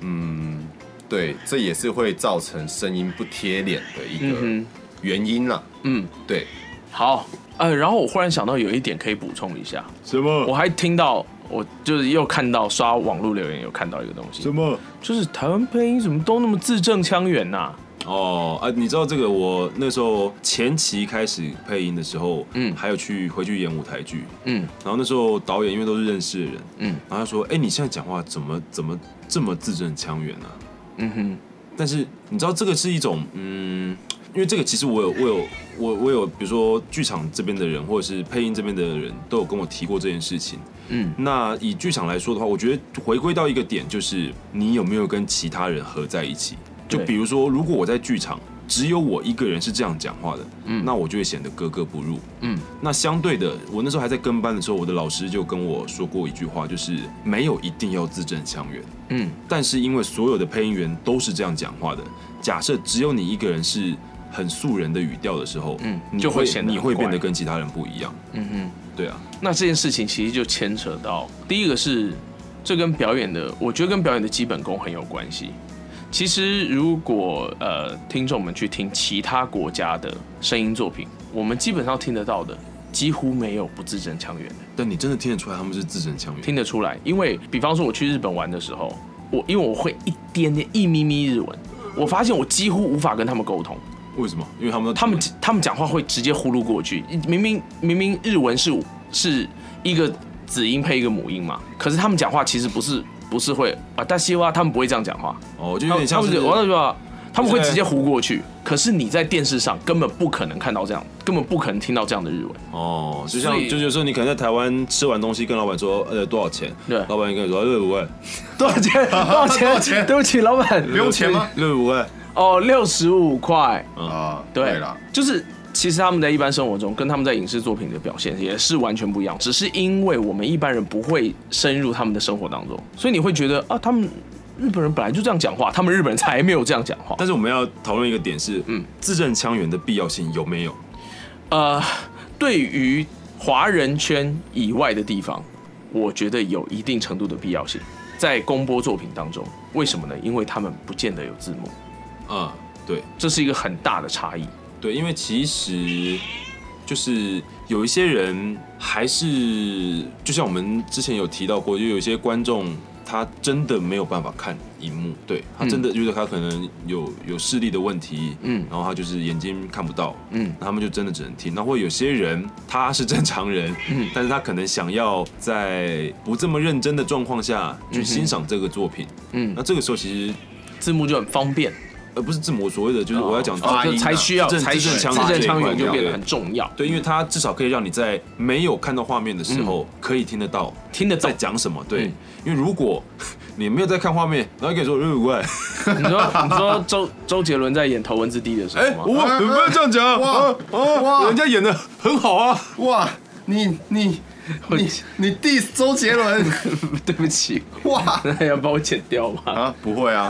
[SPEAKER 3] 嗯，对，这也是会造成声音不贴脸的一个
[SPEAKER 1] 嗯
[SPEAKER 3] 原因啦。
[SPEAKER 1] 嗯，
[SPEAKER 3] 对，
[SPEAKER 1] 好，呃，然后我忽然想到有一点可以补充一下，
[SPEAKER 4] 什 么
[SPEAKER 1] 我？还听到，我就是又看到刷网络留言，有看到一个东西
[SPEAKER 4] 什，么？
[SPEAKER 1] 就是台湾配音怎么都那么字正腔圆呐、
[SPEAKER 4] 哦啊，你知道这个？我那时候前期开始配音的时候，
[SPEAKER 1] 嗯
[SPEAKER 4] 嗯，还有去回去演舞台剧，
[SPEAKER 1] 嗯，
[SPEAKER 4] 然后那时候导演因为都是认识的人，
[SPEAKER 1] 嗯
[SPEAKER 4] 嗯，然后他说：“哎、你现在讲话怎么怎么这么字正腔圆啊？”
[SPEAKER 1] 嗯哼，
[SPEAKER 4] 但是你知道这个是一种，嗯，因为这个其实我有我有我我有，比如说剧场这边的人或者是配音这边的人都有跟我提过这件事情。
[SPEAKER 1] 嗯，
[SPEAKER 4] 那以剧场来说的话，我觉得回归到一个点，就是你有没有跟其他人合在一起。就
[SPEAKER 1] 对
[SPEAKER 4] 比如说，如果我在剧场只有我一个人是这样讲话的，那我就会显得格格不入，
[SPEAKER 1] 嗯。
[SPEAKER 4] 那相对的，我那时候还在跟班的时候，我的老师就跟我说过一句话，就是没有一定要字正腔圆。
[SPEAKER 1] 嗯，
[SPEAKER 4] 但是因为所有的配音员都是这样讲话的，假设只有你一个人是很素人的语调的时候，
[SPEAKER 1] 嗯
[SPEAKER 4] 你
[SPEAKER 1] 就会显得
[SPEAKER 4] 你
[SPEAKER 1] 很
[SPEAKER 4] 会
[SPEAKER 1] 怪
[SPEAKER 4] 变得跟其他人不一样。嗯
[SPEAKER 1] 哼，
[SPEAKER 4] 对啊，
[SPEAKER 1] 那这件事情其实就牵扯到第一个是，这跟表演的，我觉得跟表演的基本功很有关系。其实如果呃听众们去听其他国家的声音作品，我们基本上听得到的几乎没有不字正腔圆的。
[SPEAKER 4] 但你真的听得出来他们是字正腔圆。
[SPEAKER 1] 听得出来，因为比方说我去日本玩的时候，我因为我会一点点一咪咪日文，我发现我几乎无法跟他们沟通，
[SPEAKER 4] 为什么？因为他们都
[SPEAKER 1] 他们他们讲话会直接呼噜过去，明明明明日文是是一个子音配一个母音嘛，可是他们讲话其实不是不是会啊大西哇，他们不会这样讲话，
[SPEAKER 4] 哦，就有
[SPEAKER 1] 他
[SPEAKER 4] 点
[SPEAKER 1] 们他
[SPEAKER 4] 像
[SPEAKER 1] 们
[SPEAKER 4] 是
[SPEAKER 1] 就我就说。他们会直接呼过去，可是你在电视上根本不可能看到这样，根本不可能听到这样的日文。
[SPEAKER 4] 哦，就
[SPEAKER 1] 所
[SPEAKER 4] 像
[SPEAKER 1] 以
[SPEAKER 4] 就就是说你可能在台湾吃完东西跟老板说呃多少钱，
[SPEAKER 1] 对
[SPEAKER 4] 老板跟你说六五万，
[SPEAKER 1] 多少 钱？多少钱？
[SPEAKER 3] 多少钱
[SPEAKER 1] 对不起，老板。
[SPEAKER 3] 不用钱吗？
[SPEAKER 4] 六五万，
[SPEAKER 1] 哦，六十五块。
[SPEAKER 3] 啊、
[SPEAKER 1] 对
[SPEAKER 3] 啦，，
[SPEAKER 1] 就是其实他们在一般生活中跟他们在影视作品的表现也是完全不一样，只是因为我们一般人不会深入他们的生活当中，所以你会觉得啊，他们日本人本来就这样讲话，他们日本人才没有这样讲话。
[SPEAKER 4] 但是我们要讨论一个点是，
[SPEAKER 1] 嗯
[SPEAKER 4] 嗯，字正腔圆的必要性有没有？
[SPEAKER 1] 呃，对于华人圈以外的地方，我觉得有一定程度的必要性，在公播作品当中，为什么呢？因为他们不见得有字幕，嗯
[SPEAKER 4] 啊、对
[SPEAKER 1] 这是一个很大的差异。
[SPEAKER 4] 对，因为其实就是有一些人还是，就像我们之前有提到过，就有一些观众他真的没有办法看荧幕，对他真的就是他可能有有视力的问题，
[SPEAKER 1] 嗯
[SPEAKER 4] 嗯，然后他就是眼睛看不到，
[SPEAKER 1] 嗯
[SPEAKER 4] 嗯，他们就真的只能听。那或者有些人他是正常人，嗯，但是他可能想要在不这么认真的状况下去欣赏这个作品，
[SPEAKER 1] 嗯
[SPEAKER 4] 嗯，那这个时候其实。
[SPEAKER 1] 字幕就很方便，
[SPEAKER 4] 而呃不是字母所谓的，就是我要讲
[SPEAKER 3] 发
[SPEAKER 1] 这
[SPEAKER 3] 音啊
[SPEAKER 1] 哦才需要
[SPEAKER 4] 字正
[SPEAKER 1] 才需
[SPEAKER 4] 字正腔
[SPEAKER 1] 字正
[SPEAKER 4] 圆
[SPEAKER 1] 腔圆
[SPEAKER 4] 这一块
[SPEAKER 1] 就变得
[SPEAKER 4] 对
[SPEAKER 1] 很重要。
[SPEAKER 4] 对，因为它至少可以让你在没有看到画面的时候，可以听得到
[SPEAKER 1] 嗯听得懂
[SPEAKER 4] 在讲什么。对，
[SPEAKER 1] 嗯
[SPEAKER 4] 因为如果 你没有在看画面，然后跟你说呃六 五万，
[SPEAKER 1] 你说你说周周杰伦在演《头文字 D》的时
[SPEAKER 4] 哎、
[SPEAKER 1] 候 吗？
[SPEAKER 4] 我
[SPEAKER 3] 哎
[SPEAKER 4] 不要这样讲啊，
[SPEAKER 3] 哇
[SPEAKER 4] 哇
[SPEAKER 3] 哇
[SPEAKER 4] 哇，人家演的很好啊，
[SPEAKER 3] 哇，你你
[SPEAKER 1] 我
[SPEAKER 3] 你你 diss 周杰 伦，
[SPEAKER 1] 对不起，
[SPEAKER 3] 哇
[SPEAKER 1] 那要帮我剪掉吗？
[SPEAKER 3] 啊，不会啊，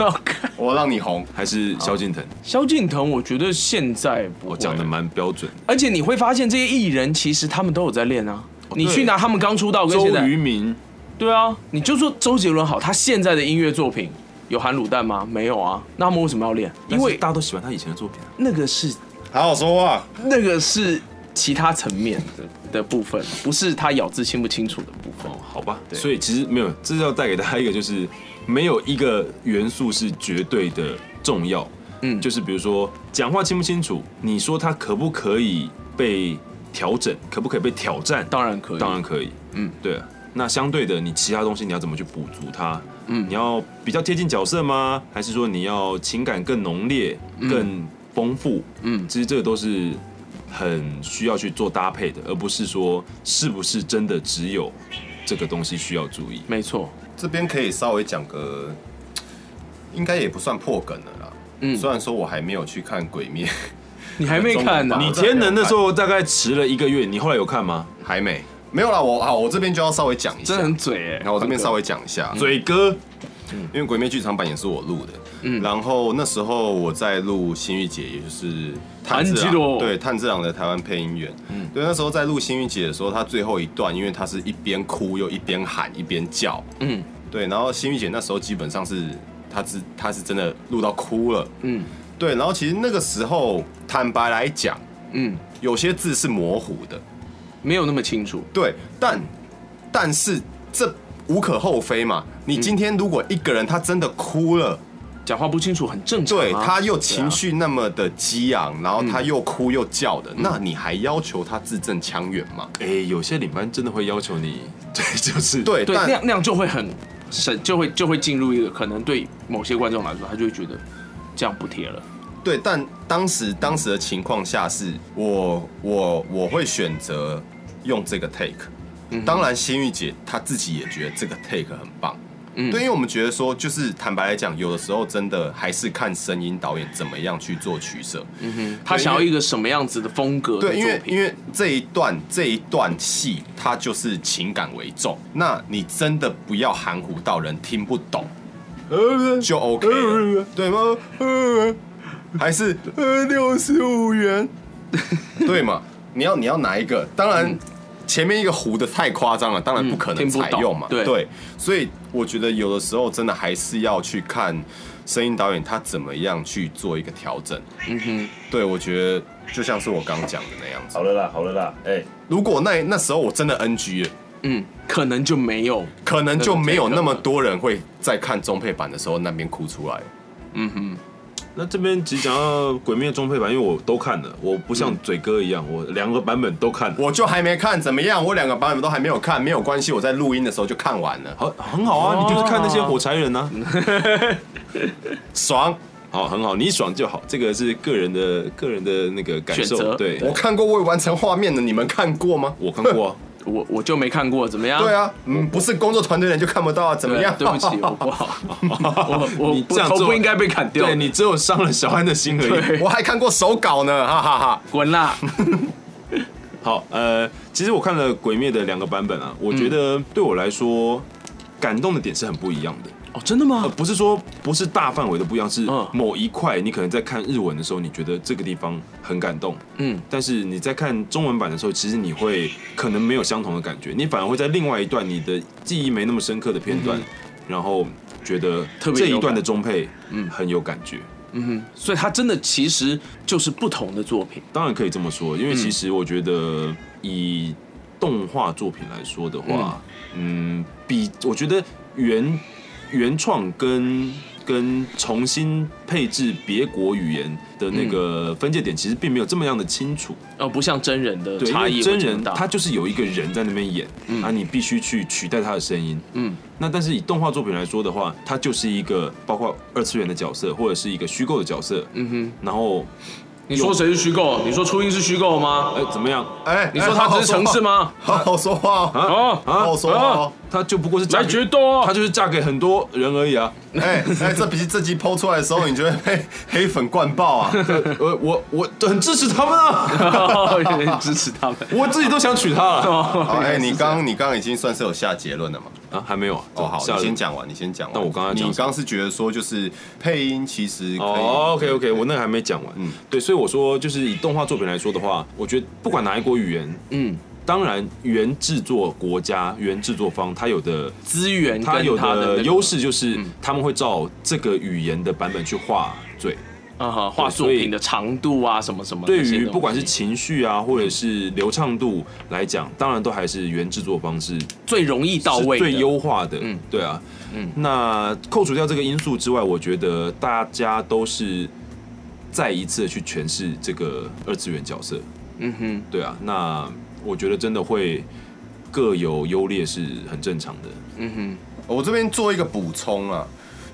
[SPEAKER 3] 我让你红，
[SPEAKER 4] 还是萧敬腾，
[SPEAKER 1] 萧敬腾，我觉得现在不
[SPEAKER 4] 我
[SPEAKER 1] 会
[SPEAKER 4] 哦讲的蛮标准。
[SPEAKER 1] 而且你会发现这些艺人其实他们都有在练啊。你去
[SPEAKER 4] 对
[SPEAKER 1] 拿他们刚出道跟
[SPEAKER 4] 周
[SPEAKER 1] 现在
[SPEAKER 4] 渝，民，
[SPEAKER 1] 对啊，你就说周杰伦好，他现在的音乐作品有含卤蛋吗？没有啊，那他们为什么要练？因
[SPEAKER 4] 因为
[SPEAKER 1] 为
[SPEAKER 4] 大家都喜欢他以前的作品啊、
[SPEAKER 1] 那个是
[SPEAKER 3] 好好说话，
[SPEAKER 1] 那个是其他层面的的部分，不是他咬字清不清楚的部分。
[SPEAKER 4] 哦，好吧，
[SPEAKER 1] 对
[SPEAKER 4] 所以其实没有，这要带给大家一个就是没有一个元素是绝对的重要，
[SPEAKER 1] 嗯
[SPEAKER 4] 就是比如说讲话清不清楚，你说它可不可以被调整，可不可以被挑战，
[SPEAKER 1] 当然可以，
[SPEAKER 4] 当然可以，
[SPEAKER 1] 嗯
[SPEAKER 4] 嗯，对啊。那相对的，你其他东西你要怎么去补足它？嗯，你要比较贴近角色吗？还是说你要情感更浓烈、更丰富？
[SPEAKER 1] 嗯
[SPEAKER 4] 嗯，其实这个都是很需要去做搭配的，而不是说是不是真的只有这个东西需要注意。
[SPEAKER 1] 没错。
[SPEAKER 3] 这边可以稍微讲个，应该也不算破梗了啦。
[SPEAKER 1] 嗯
[SPEAKER 3] 虽然说我还没有去看《鬼灭》，
[SPEAKER 1] 你还没看啊呢、
[SPEAKER 3] 中文版
[SPEAKER 4] 你
[SPEAKER 3] 我在
[SPEAKER 4] 天能的时候大概迟了一个月，你后来有看吗？
[SPEAKER 3] 还没，没有啦。我好，我这边就要稍微讲一下
[SPEAKER 1] 真的。很嗯嘴哎、
[SPEAKER 3] 然后我这边稍微讲一下，
[SPEAKER 4] 嘴哥，
[SPEAKER 3] 因为《鬼灭》剧场版也是我录的，
[SPEAKER 1] 嗯
[SPEAKER 3] 然后那时候我在录《新玉姐》，也就是炭治
[SPEAKER 1] 炭治
[SPEAKER 3] 郎
[SPEAKER 1] 郎
[SPEAKER 3] 对炭治郎的台湾配音员，
[SPEAKER 1] 嗯
[SPEAKER 3] 对，那时候在录《新玉姐》的时候，他最后一段，因为他是一边哭又一边喊一边叫，
[SPEAKER 1] 嗯
[SPEAKER 3] 对，然后新玉姐那时候基本上是她是她是真的录到哭了，
[SPEAKER 1] 嗯
[SPEAKER 3] 对，然后其实那个时候坦白来讲，
[SPEAKER 1] 嗯，
[SPEAKER 3] 有些字是模糊的，
[SPEAKER 1] 没有那么清楚。
[SPEAKER 3] 对，但但是这无可厚非嘛。你
[SPEAKER 1] 嗯
[SPEAKER 3] 今天如果一个人他真的哭了，
[SPEAKER 1] 讲话不清楚很正常、啊。
[SPEAKER 3] 对，
[SPEAKER 1] 嗯
[SPEAKER 3] 他又情绪那么的激昂，然后他又哭又叫的，那你还要求他字正腔圆吗？
[SPEAKER 4] 哎、有些领班真的会要求你， 对，就是
[SPEAKER 3] 对，
[SPEAKER 1] 对，
[SPEAKER 3] 但
[SPEAKER 1] 那样那样就会很神，就会就会进入一个可能对某些观众来说，他就会觉得这样不贴了。
[SPEAKER 3] 对，但当时当时的情况下是，我我我会选择用这个 take。当
[SPEAKER 4] 嗯
[SPEAKER 3] 然，心玉姐她自己也觉得这个 take 很棒。
[SPEAKER 1] 嗯
[SPEAKER 3] 对，因为我们觉得说，就是坦白来讲，有的时候真的还是看声音导演怎么样去做取舍。
[SPEAKER 4] 嗯
[SPEAKER 1] 他想要一个什么样子的风格的
[SPEAKER 3] 对，因
[SPEAKER 1] 作
[SPEAKER 3] 为因
[SPEAKER 1] 品？
[SPEAKER 3] 为这一段这一段戏，它就是情感为重，那你真的不要含糊到人听不懂
[SPEAKER 4] 呃，
[SPEAKER 3] 就 OK 了，对吗？呃，还是呃六十五元， 对嘛？你要你要哪一个？当然，前面一个糊的太夸张了，当然不可能
[SPEAKER 1] 嗯嗯听不
[SPEAKER 3] 采
[SPEAKER 1] 懂
[SPEAKER 3] 用嘛。
[SPEAKER 1] 对
[SPEAKER 3] 对，所以我觉得有的时候真的还是要去看声音导演他怎么样去做一个调整。
[SPEAKER 1] 嗯哼，
[SPEAKER 3] 对，我觉得就像是我刚讲的那样子。
[SPEAKER 4] 好了啦，好了啦，哎、
[SPEAKER 3] 如果那那时候我真的 NG 了，
[SPEAKER 1] 嗯，可能就没有。
[SPEAKER 3] 可能就没有那么多人会在看中配版的时候那边哭出来。
[SPEAKER 1] 嗯哼，
[SPEAKER 4] 那这边只讲到《鬼灭》中配版，因为我都看了，我不像嘴哥一样，我两个版本都看了。
[SPEAKER 3] 我就还没看怎么样，我两个版本都还没有看，没有关系，我在录音的时候就看完了，
[SPEAKER 4] 好，很好啊，
[SPEAKER 1] 哦
[SPEAKER 4] 你就是看那些火柴人呐、啊
[SPEAKER 3] 爽！
[SPEAKER 4] 好，很好，你爽就好，这个是个人的个人的那个感
[SPEAKER 1] 选择
[SPEAKER 4] 受。对，
[SPEAKER 3] 我看过未完成画面的，你们看过吗？
[SPEAKER 4] 我看过、啊，
[SPEAKER 1] 我我就没看过，怎么样？
[SPEAKER 3] 对啊，嗯，不是工作团队的人就看不到啊，怎么
[SPEAKER 1] 对
[SPEAKER 3] 样？
[SPEAKER 1] 对 不起，我不好，我我
[SPEAKER 4] 你这样
[SPEAKER 1] 我头
[SPEAKER 4] 做
[SPEAKER 1] 不应该被砍掉。
[SPEAKER 4] 对你只有伤了小安的 心而已。
[SPEAKER 3] 我还看过手稿呢，哈哈哈
[SPEAKER 1] 滚啦！
[SPEAKER 4] 好，呃，其实我看了《鬼灭》的两个版本啊，我觉得对我来说，感动的点是很不一样的。
[SPEAKER 1] 哦，真的吗
[SPEAKER 4] 呃，？不是说不是大范围的不一样，是
[SPEAKER 1] 嗯
[SPEAKER 4] 某一块，你可能在看日文的时候，你觉得这个地方很感动，
[SPEAKER 1] 嗯，
[SPEAKER 4] 但是你在看中文版的时候，其实你会可能没有相同的感觉，你反而会在另外一段你的记忆没那么深刻的片段，然后觉得
[SPEAKER 1] 嗯特别有
[SPEAKER 4] 这
[SPEAKER 1] 感
[SPEAKER 4] 一段的中配，嗯，很有感觉。
[SPEAKER 1] 所以它真的其实就是不同的作品。
[SPEAKER 4] 当然可以这么说，
[SPEAKER 1] 嗯
[SPEAKER 4] 因为其实我觉得以动画作品来说的话，嗯，比我觉得原原创跟跟重新配置别国语言的那
[SPEAKER 1] 嗯
[SPEAKER 4] 个分界点，其实并没有这么样的清楚。
[SPEAKER 1] 呃，不像真人的
[SPEAKER 4] 对，因
[SPEAKER 1] 差
[SPEAKER 4] 为
[SPEAKER 1] 异
[SPEAKER 4] 真
[SPEAKER 1] 会这么
[SPEAKER 4] 人
[SPEAKER 1] 大
[SPEAKER 4] 他就是有一个人在那边演，啊，你必须去取代他的声音。
[SPEAKER 1] 嗯
[SPEAKER 4] 那但是以动画作品来说的话，它就是一个包括二次元的角色，或者是一个虚构的角色。嗯哼，然后
[SPEAKER 1] 你说谁是虚构？你说初音是虚构吗？
[SPEAKER 4] 呃怎么样？
[SPEAKER 3] 哈！哎，
[SPEAKER 1] 你说它只是城市吗？
[SPEAKER 3] 好好说话
[SPEAKER 4] 啊
[SPEAKER 3] 哦？好
[SPEAKER 1] 哦，
[SPEAKER 3] 好说话哦！
[SPEAKER 4] 她就不过是嫁
[SPEAKER 1] 来
[SPEAKER 4] 给
[SPEAKER 1] 决斗哦！
[SPEAKER 4] 她就是嫁给很多人而已啊。
[SPEAKER 3] 哎哎，这集这集抛出来的时候，你就会被黑 粉灌爆啊！
[SPEAKER 4] 呃，我我很支持他 们啊，
[SPEAKER 1] 有人支持他们。
[SPEAKER 4] 我自己都想娶她啊了
[SPEAKER 3] 好，哎，你刚你刚已经算是有下结论了嘛？
[SPEAKER 4] 啊，还没有啊。
[SPEAKER 3] 哦，好，
[SPEAKER 4] 下
[SPEAKER 3] 你
[SPEAKER 4] 了
[SPEAKER 3] 先。讲完，你先讲完。
[SPEAKER 4] 那我刚刚
[SPEAKER 3] 你
[SPEAKER 4] 讲
[SPEAKER 3] 刚刚是觉得说，就是配音其实可以
[SPEAKER 4] 哦，OK OK，我那个还没讲完。嗯，对，所以我说，就是以动画作品来说的话，我觉得不管哪一国语言，
[SPEAKER 1] 嗯，
[SPEAKER 4] 当然原制作国家、原制作方，它有的
[SPEAKER 1] 资源跟
[SPEAKER 4] 它有
[SPEAKER 1] 它的那
[SPEAKER 4] 的
[SPEAKER 1] 个
[SPEAKER 3] 嗯
[SPEAKER 4] 优势就是他们会照这个语言的版本去画嘴。
[SPEAKER 1] 啊哈，话作
[SPEAKER 4] 所以
[SPEAKER 1] 品的长度啊，什么什么这
[SPEAKER 4] 对
[SPEAKER 1] 些东西，
[SPEAKER 4] 于不管是情绪啊，或者是流畅度来讲，当然都还是原制作方式
[SPEAKER 1] 最容易到位
[SPEAKER 4] 是
[SPEAKER 1] 的
[SPEAKER 4] 最优化的。
[SPEAKER 1] 嗯
[SPEAKER 4] 嗯，对啊，嗯，那扣除掉这个因素之外，我觉得大家都是再一次地去诠释这个二次元角色。
[SPEAKER 1] 嗯哼，
[SPEAKER 4] 对啊，那我觉得真的会各有优劣是很正常的。
[SPEAKER 1] 嗯
[SPEAKER 3] 我这边做一个补充啊，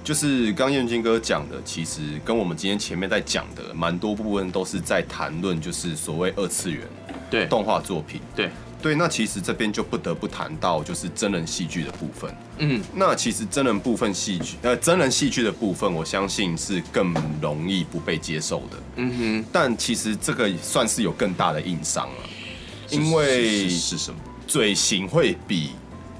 [SPEAKER 3] 就是刚燕军哥讲的，其实跟我们今天前面在讲的蛮多部分都是在谈论，就是所谓二次元
[SPEAKER 1] 哼，对
[SPEAKER 3] 动画作品。
[SPEAKER 1] 对，
[SPEAKER 3] 对，那其实这边就不得不谈到就是真人戏剧的部分。
[SPEAKER 1] 嗯，
[SPEAKER 3] 那其实真人部分戏剧，呃，真人戏剧的部分，我相信是更容易不被接受的。
[SPEAKER 1] 嗯
[SPEAKER 3] 但其实这个算是有更大的硬伤了，因为
[SPEAKER 4] 是是是是什么？
[SPEAKER 3] 嘴型会比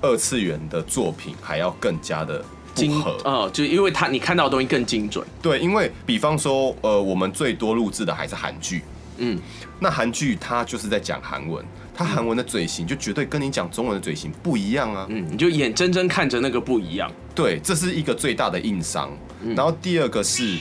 [SPEAKER 3] 二次元的作品还要更加的
[SPEAKER 1] 哼，
[SPEAKER 3] 不
[SPEAKER 1] 精
[SPEAKER 3] 合。
[SPEAKER 1] 哦，就因为他你看到的东西更精准，
[SPEAKER 3] 对，因为比方说，呃，我们最多录制的还是韩剧，
[SPEAKER 1] 嗯，
[SPEAKER 3] 那韩剧它就是在讲韩文，它韩文的嘴型就绝对跟你讲中文的嘴型不一样啊。
[SPEAKER 1] 嗯，你就眼睁睁看着那个不一样，
[SPEAKER 3] 对，这是一个最大的硬伤。然后第二个是，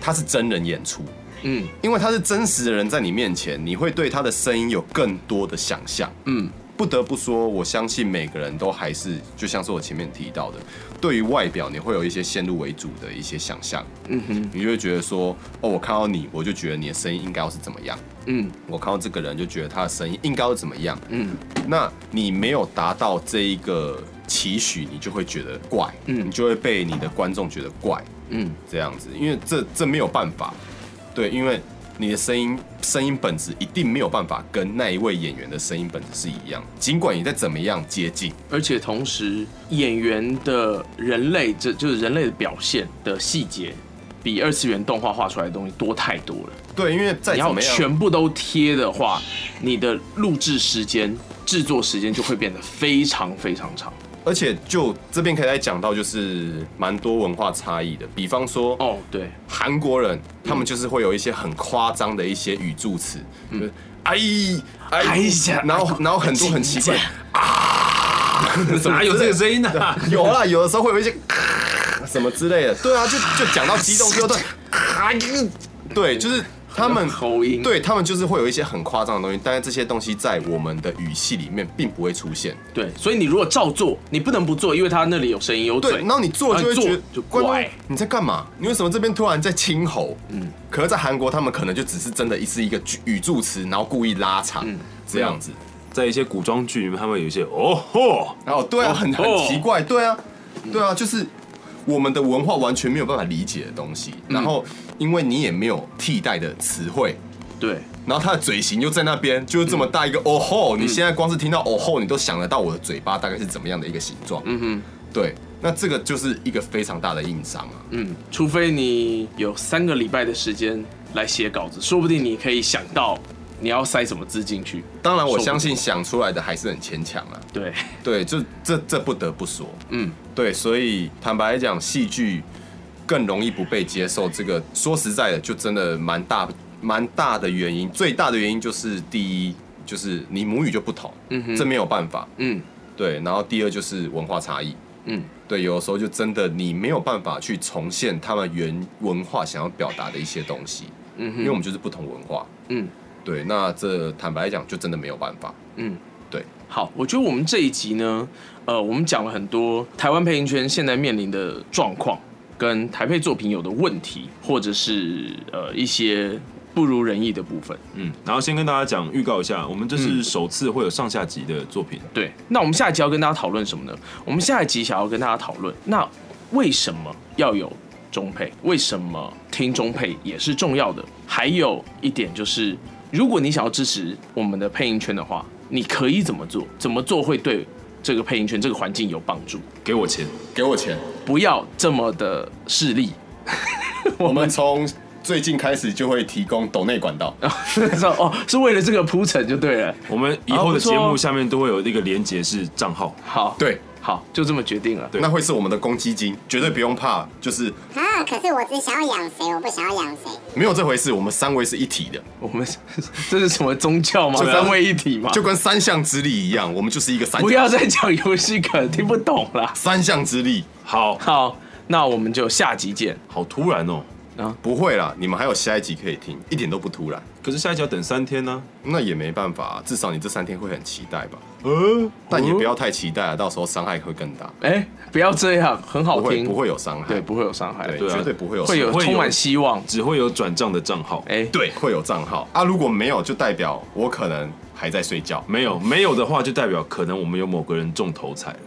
[SPEAKER 3] 它是真人演出，
[SPEAKER 1] 嗯
[SPEAKER 3] 因为他是真实的人在你面前，你会对他的声音有更多的想象。
[SPEAKER 1] 嗯，
[SPEAKER 3] 不得不说，我相信每个人都还是，就像是我前面提到的，对于外表你会有一些先入为主的一些想象，
[SPEAKER 1] 嗯哼，
[SPEAKER 3] 你就会觉得说，哦，我看到你，我就觉得你的声音应该要是怎么样；
[SPEAKER 1] 嗯
[SPEAKER 3] 我看到这个人，就觉得他的声音应该要怎么样。
[SPEAKER 1] 嗯
[SPEAKER 3] 那你没有达到这一个期许，你就会觉得怪，
[SPEAKER 1] 嗯
[SPEAKER 3] 你就会被你的观众觉得怪。
[SPEAKER 1] 嗯，
[SPEAKER 3] 这样子，因为这这没有办法，对，因为你的声音声音本质一定没有办法跟那一位演员的声音本质是一样，尽管你再怎么样接近，
[SPEAKER 1] 而且同时演员的人类这就是人类的表现的细节，比二次元动画画出来的东西多太多了。
[SPEAKER 3] 对，因为再怎
[SPEAKER 1] 你要
[SPEAKER 3] 么样，
[SPEAKER 1] 全部都贴的话，你的录制时间、制作时间就会变得非常非常长。
[SPEAKER 3] 而且就这边可以再讲到，就是蛮多文化差异的，比方说
[SPEAKER 1] 哦，对，
[SPEAKER 3] 韩国人，他
[SPEAKER 1] 嗯
[SPEAKER 3] 们就是会有一些很夸张的一些语助词，就是哎
[SPEAKER 1] 哎呀
[SPEAKER 3] 然后然后很多很奇怪
[SPEAKER 4] 怎么有这个 声音呢、
[SPEAKER 3] 有啦，有的时候会有一些 什么之类的。对啊，就就讲到激动之后， 对，啊对，就是他们
[SPEAKER 1] 口音
[SPEAKER 3] 对他们就是会有一些很夸张的东西，但是这些东西在我们的语系里面并不会出现。
[SPEAKER 1] 对，所以你如果照做，你不能不做，因为他那里有声音有
[SPEAKER 3] 对，
[SPEAKER 1] 嘴
[SPEAKER 3] 然。后你做了就会
[SPEAKER 1] 然后
[SPEAKER 3] 觉
[SPEAKER 1] 你啊做
[SPEAKER 3] 得
[SPEAKER 1] 就
[SPEAKER 3] 观众
[SPEAKER 1] 怪
[SPEAKER 3] 你在干嘛？你为什么这边突然在清喉？嗯，可是在韩国他们可能就只是真的是一个句语助词，然后故意拉长
[SPEAKER 1] 嗯
[SPEAKER 3] 这样子。
[SPEAKER 4] 在一些古装剧里面，他们有一些哦吼，
[SPEAKER 3] 然后对啊，很很
[SPEAKER 1] 哦
[SPEAKER 3] 奇怪，对啊，对啊，就是我们的文化完全没有办法理解的东西。
[SPEAKER 1] 嗯
[SPEAKER 3] 然后因为你也没有替代的词汇，
[SPEAKER 1] 对，
[SPEAKER 3] 然后他的嘴型又在那边，就是这么大
[SPEAKER 1] 嗯
[SPEAKER 3] 一个哦吼，你现在光是听到哦吼，你都想得到我的嘴巴大概是怎么样的一个形状。
[SPEAKER 1] 嗯
[SPEAKER 3] 对，那这个就是一个非常大的硬伤啊。
[SPEAKER 1] 哼，嗯，除非你有三个礼拜的时间来写稿子，说不定你可以想到你要塞什么字进去。
[SPEAKER 3] 当然，我相信想出来的还是很牵强啊。
[SPEAKER 1] 对，
[SPEAKER 3] 对，就这这不得不说，
[SPEAKER 1] 嗯，
[SPEAKER 3] 对，所以坦白讲，戏剧更容易不被接受。这个说实在的，就真的蛮大蛮大的原因，最大的原因就是第一就是你母语就不同，
[SPEAKER 1] 嗯哼
[SPEAKER 3] 这没有办法。
[SPEAKER 1] 嗯
[SPEAKER 3] 对，然后第二就是文化差异，
[SPEAKER 1] 嗯，
[SPEAKER 3] 对，有的时候就真的你没有办法去重现他们原文化想要表达的一些东西，
[SPEAKER 1] 嗯哼，
[SPEAKER 3] 因为我们就是不同文化。
[SPEAKER 1] 嗯
[SPEAKER 3] 对，那这坦白讲，就真的没有办法。
[SPEAKER 1] 嗯。
[SPEAKER 3] 对，
[SPEAKER 1] 好，我觉得我们这一集呢，呃，我们讲了很多台湾配音圈现在面临的状况，跟台配作品有的问题，或者是呃一些不如人意的部分。
[SPEAKER 4] 嗯，然后先跟大家讲预告一下，我们这
[SPEAKER 1] 嗯
[SPEAKER 4] 是首次会有上下集的作品。
[SPEAKER 1] 对，那我们下一集要跟大家讨论什么呢？我们下一集想要跟大家讨论，那为什么要有中配？为什么听中配也是重要的？还有一点就是，如果你想要支持我们的配音圈的话，你可以怎么做？怎么做会对这个配音圈这个环境有帮助？
[SPEAKER 4] 给我钱，
[SPEAKER 3] 给我钱。
[SPEAKER 1] 不要这么的势利。
[SPEAKER 3] 我们从最近开始就会提供抖内管道，
[SPEAKER 1] 说哦，是为了这个铺陈就对了。
[SPEAKER 4] 我们以
[SPEAKER 1] 好
[SPEAKER 4] 后
[SPEAKER 1] 不
[SPEAKER 4] 的
[SPEAKER 1] 错哦
[SPEAKER 4] 节目下面都会有一个连接是账号。
[SPEAKER 1] 好，，
[SPEAKER 3] 对，
[SPEAKER 1] 好，就这么决定了。
[SPEAKER 4] 对
[SPEAKER 3] 那会是我们的公积金，绝对不用怕，就是
[SPEAKER 5] 啊，可是我只想要养谁，我不想要养谁。
[SPEAKER 3] 没有这回事，我们三位是一体的，
[SPEAKER 1] 我们 这是什么宗教吗？
[SPEAKER 3] 就
[SPEAKER 1] 三位一体吗？
[SPEAKER 3] 就跟三项之力一样，我们就是一个三
[SPEAKER 1] 啊不要再讲游戏梗，听不懂啦。
[SPEAKER 3] 三项之力。
[SPEAKER 4] 好
[SPEAKER 1] 好，那我们就下集见。
[SPEAKER 4] 好突然哦，
[SPEAKER 1] 啊
[SPEAKER 3] 不会啦，你们还有下一集可以听，一点都不突然。
[SPEAKER 4] 可是下一集要等三天呢、
[SPEAKER 3] 那也没办法、啊至少你这三天会很期待吧，
[SPEAKER 4] 呃，
[SPEAKER 3] 但也不要太期待啊，到时候伤害会更大，
[SPEAKER 1] 哎、不要这样，很好
[SPEAKER 3] 不会
[SPEAKER 1] 听，
[SPEAKER 3] 不会有伤害，
[SPEAKER 1] 对，不会有伤害，
[SPEAKER 3] 对
[SPEAKER 4] 对啊
[SPEAKER 3] 绝对不会有伤
[SPEAKER 1] 会
[SPEAKER 3] 害
[SPEAKER 1] 有
[SPEAKER 4] 会有
[SPEAKER 1] 充满希望。
[SPEAKER 4] 只会有转账的账号。
[SPEAKER 1] 哎、
[SPEAKER 3] 对会有账号啊，如果没有就代表我可能还在睡觉，
[SPEAKER 4] 没有没有的话，就代表可能我们有某个人中头彩了。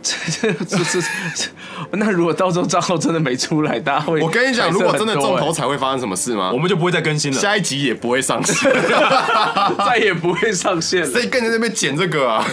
[SPEAKER 1] 这这这这，那如果到时候账号真的没出来，大家会
[SPEAKER 3] 我跟你讲，如果真的中头
[SPEAKER 1] 彩
[SPEAKER 3] 彩会发生什么事吗
[SPEAKER 4] 我？们就不会再更新 了。
[SPEAKER 3] 下一集也不会上 线，
[SPEAKER 1] 色很多哎，再也不会上线了。
[SPEAKER 3] 谁跟你在那边剪这个啊？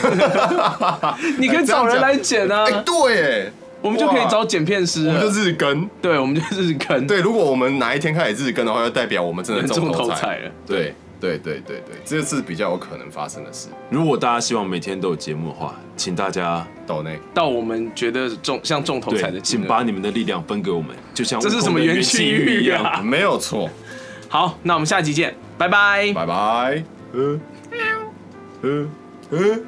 [SPEAKER 1] 你可以找人来剪啊，
[SPEAKER 3] 哎、对，哎
[SPEAKER 1] 我们就可以
[SPEAKER 3] 哇
[SPEAKER 1] 找剪片师
[SPEAKER 3] 我
[SPEAKER 1] 了。
[SPEAKER 3] 们就日更。
[SPEAKER 1] 对，我们就是跟
[SPEAKER 3] 对，如果我们哪一天开始日更的话，就代表我们真的中
[SPEAKER 1] 中
[SPEAKER 3] 头
[SPEAKER 1] 头
[SPEAKER 3] 彩
[SPEAKER 1] 彩。了。
[SPEAKER 3] 对对对对对，这是比较有可能发生的事。
[SPEAKER 4] 如果大家希望每天都有节目的话，请大家
[SPEAKER 3] 岛 内
[SPEAKER 1] 到我们觉得中像中头彩的
[SPEAKER 4] 对，
[SPEAKER 1] 金
[SPEAKER 4] 请
[SPEAKER 1] 额
[SPEAKER 4] 把你们的力量分给我们，就像
[SPEAKER 1] 这是
[SPEAKER 4] 悟空
[SPEAKER 1] 什么
[SPEAKER 4] 的
[SPEAKER 1] 元
[SPEAKER 4] 元
[SPEAKER 1] 气
[SPEAKER 4] 气
[SPEAKER 1] 玉
[SPEAKER 4] 玉一
[SPEAKER 1] 啊
[SPEAKER 4] 样。
[SPEAKER 3] 没有错，
[SPEAKER 1] 好，那我们下集见，拜拜。
[SPEAKER 3] 拜拜。
[SPEAKER 4] 呃呃呃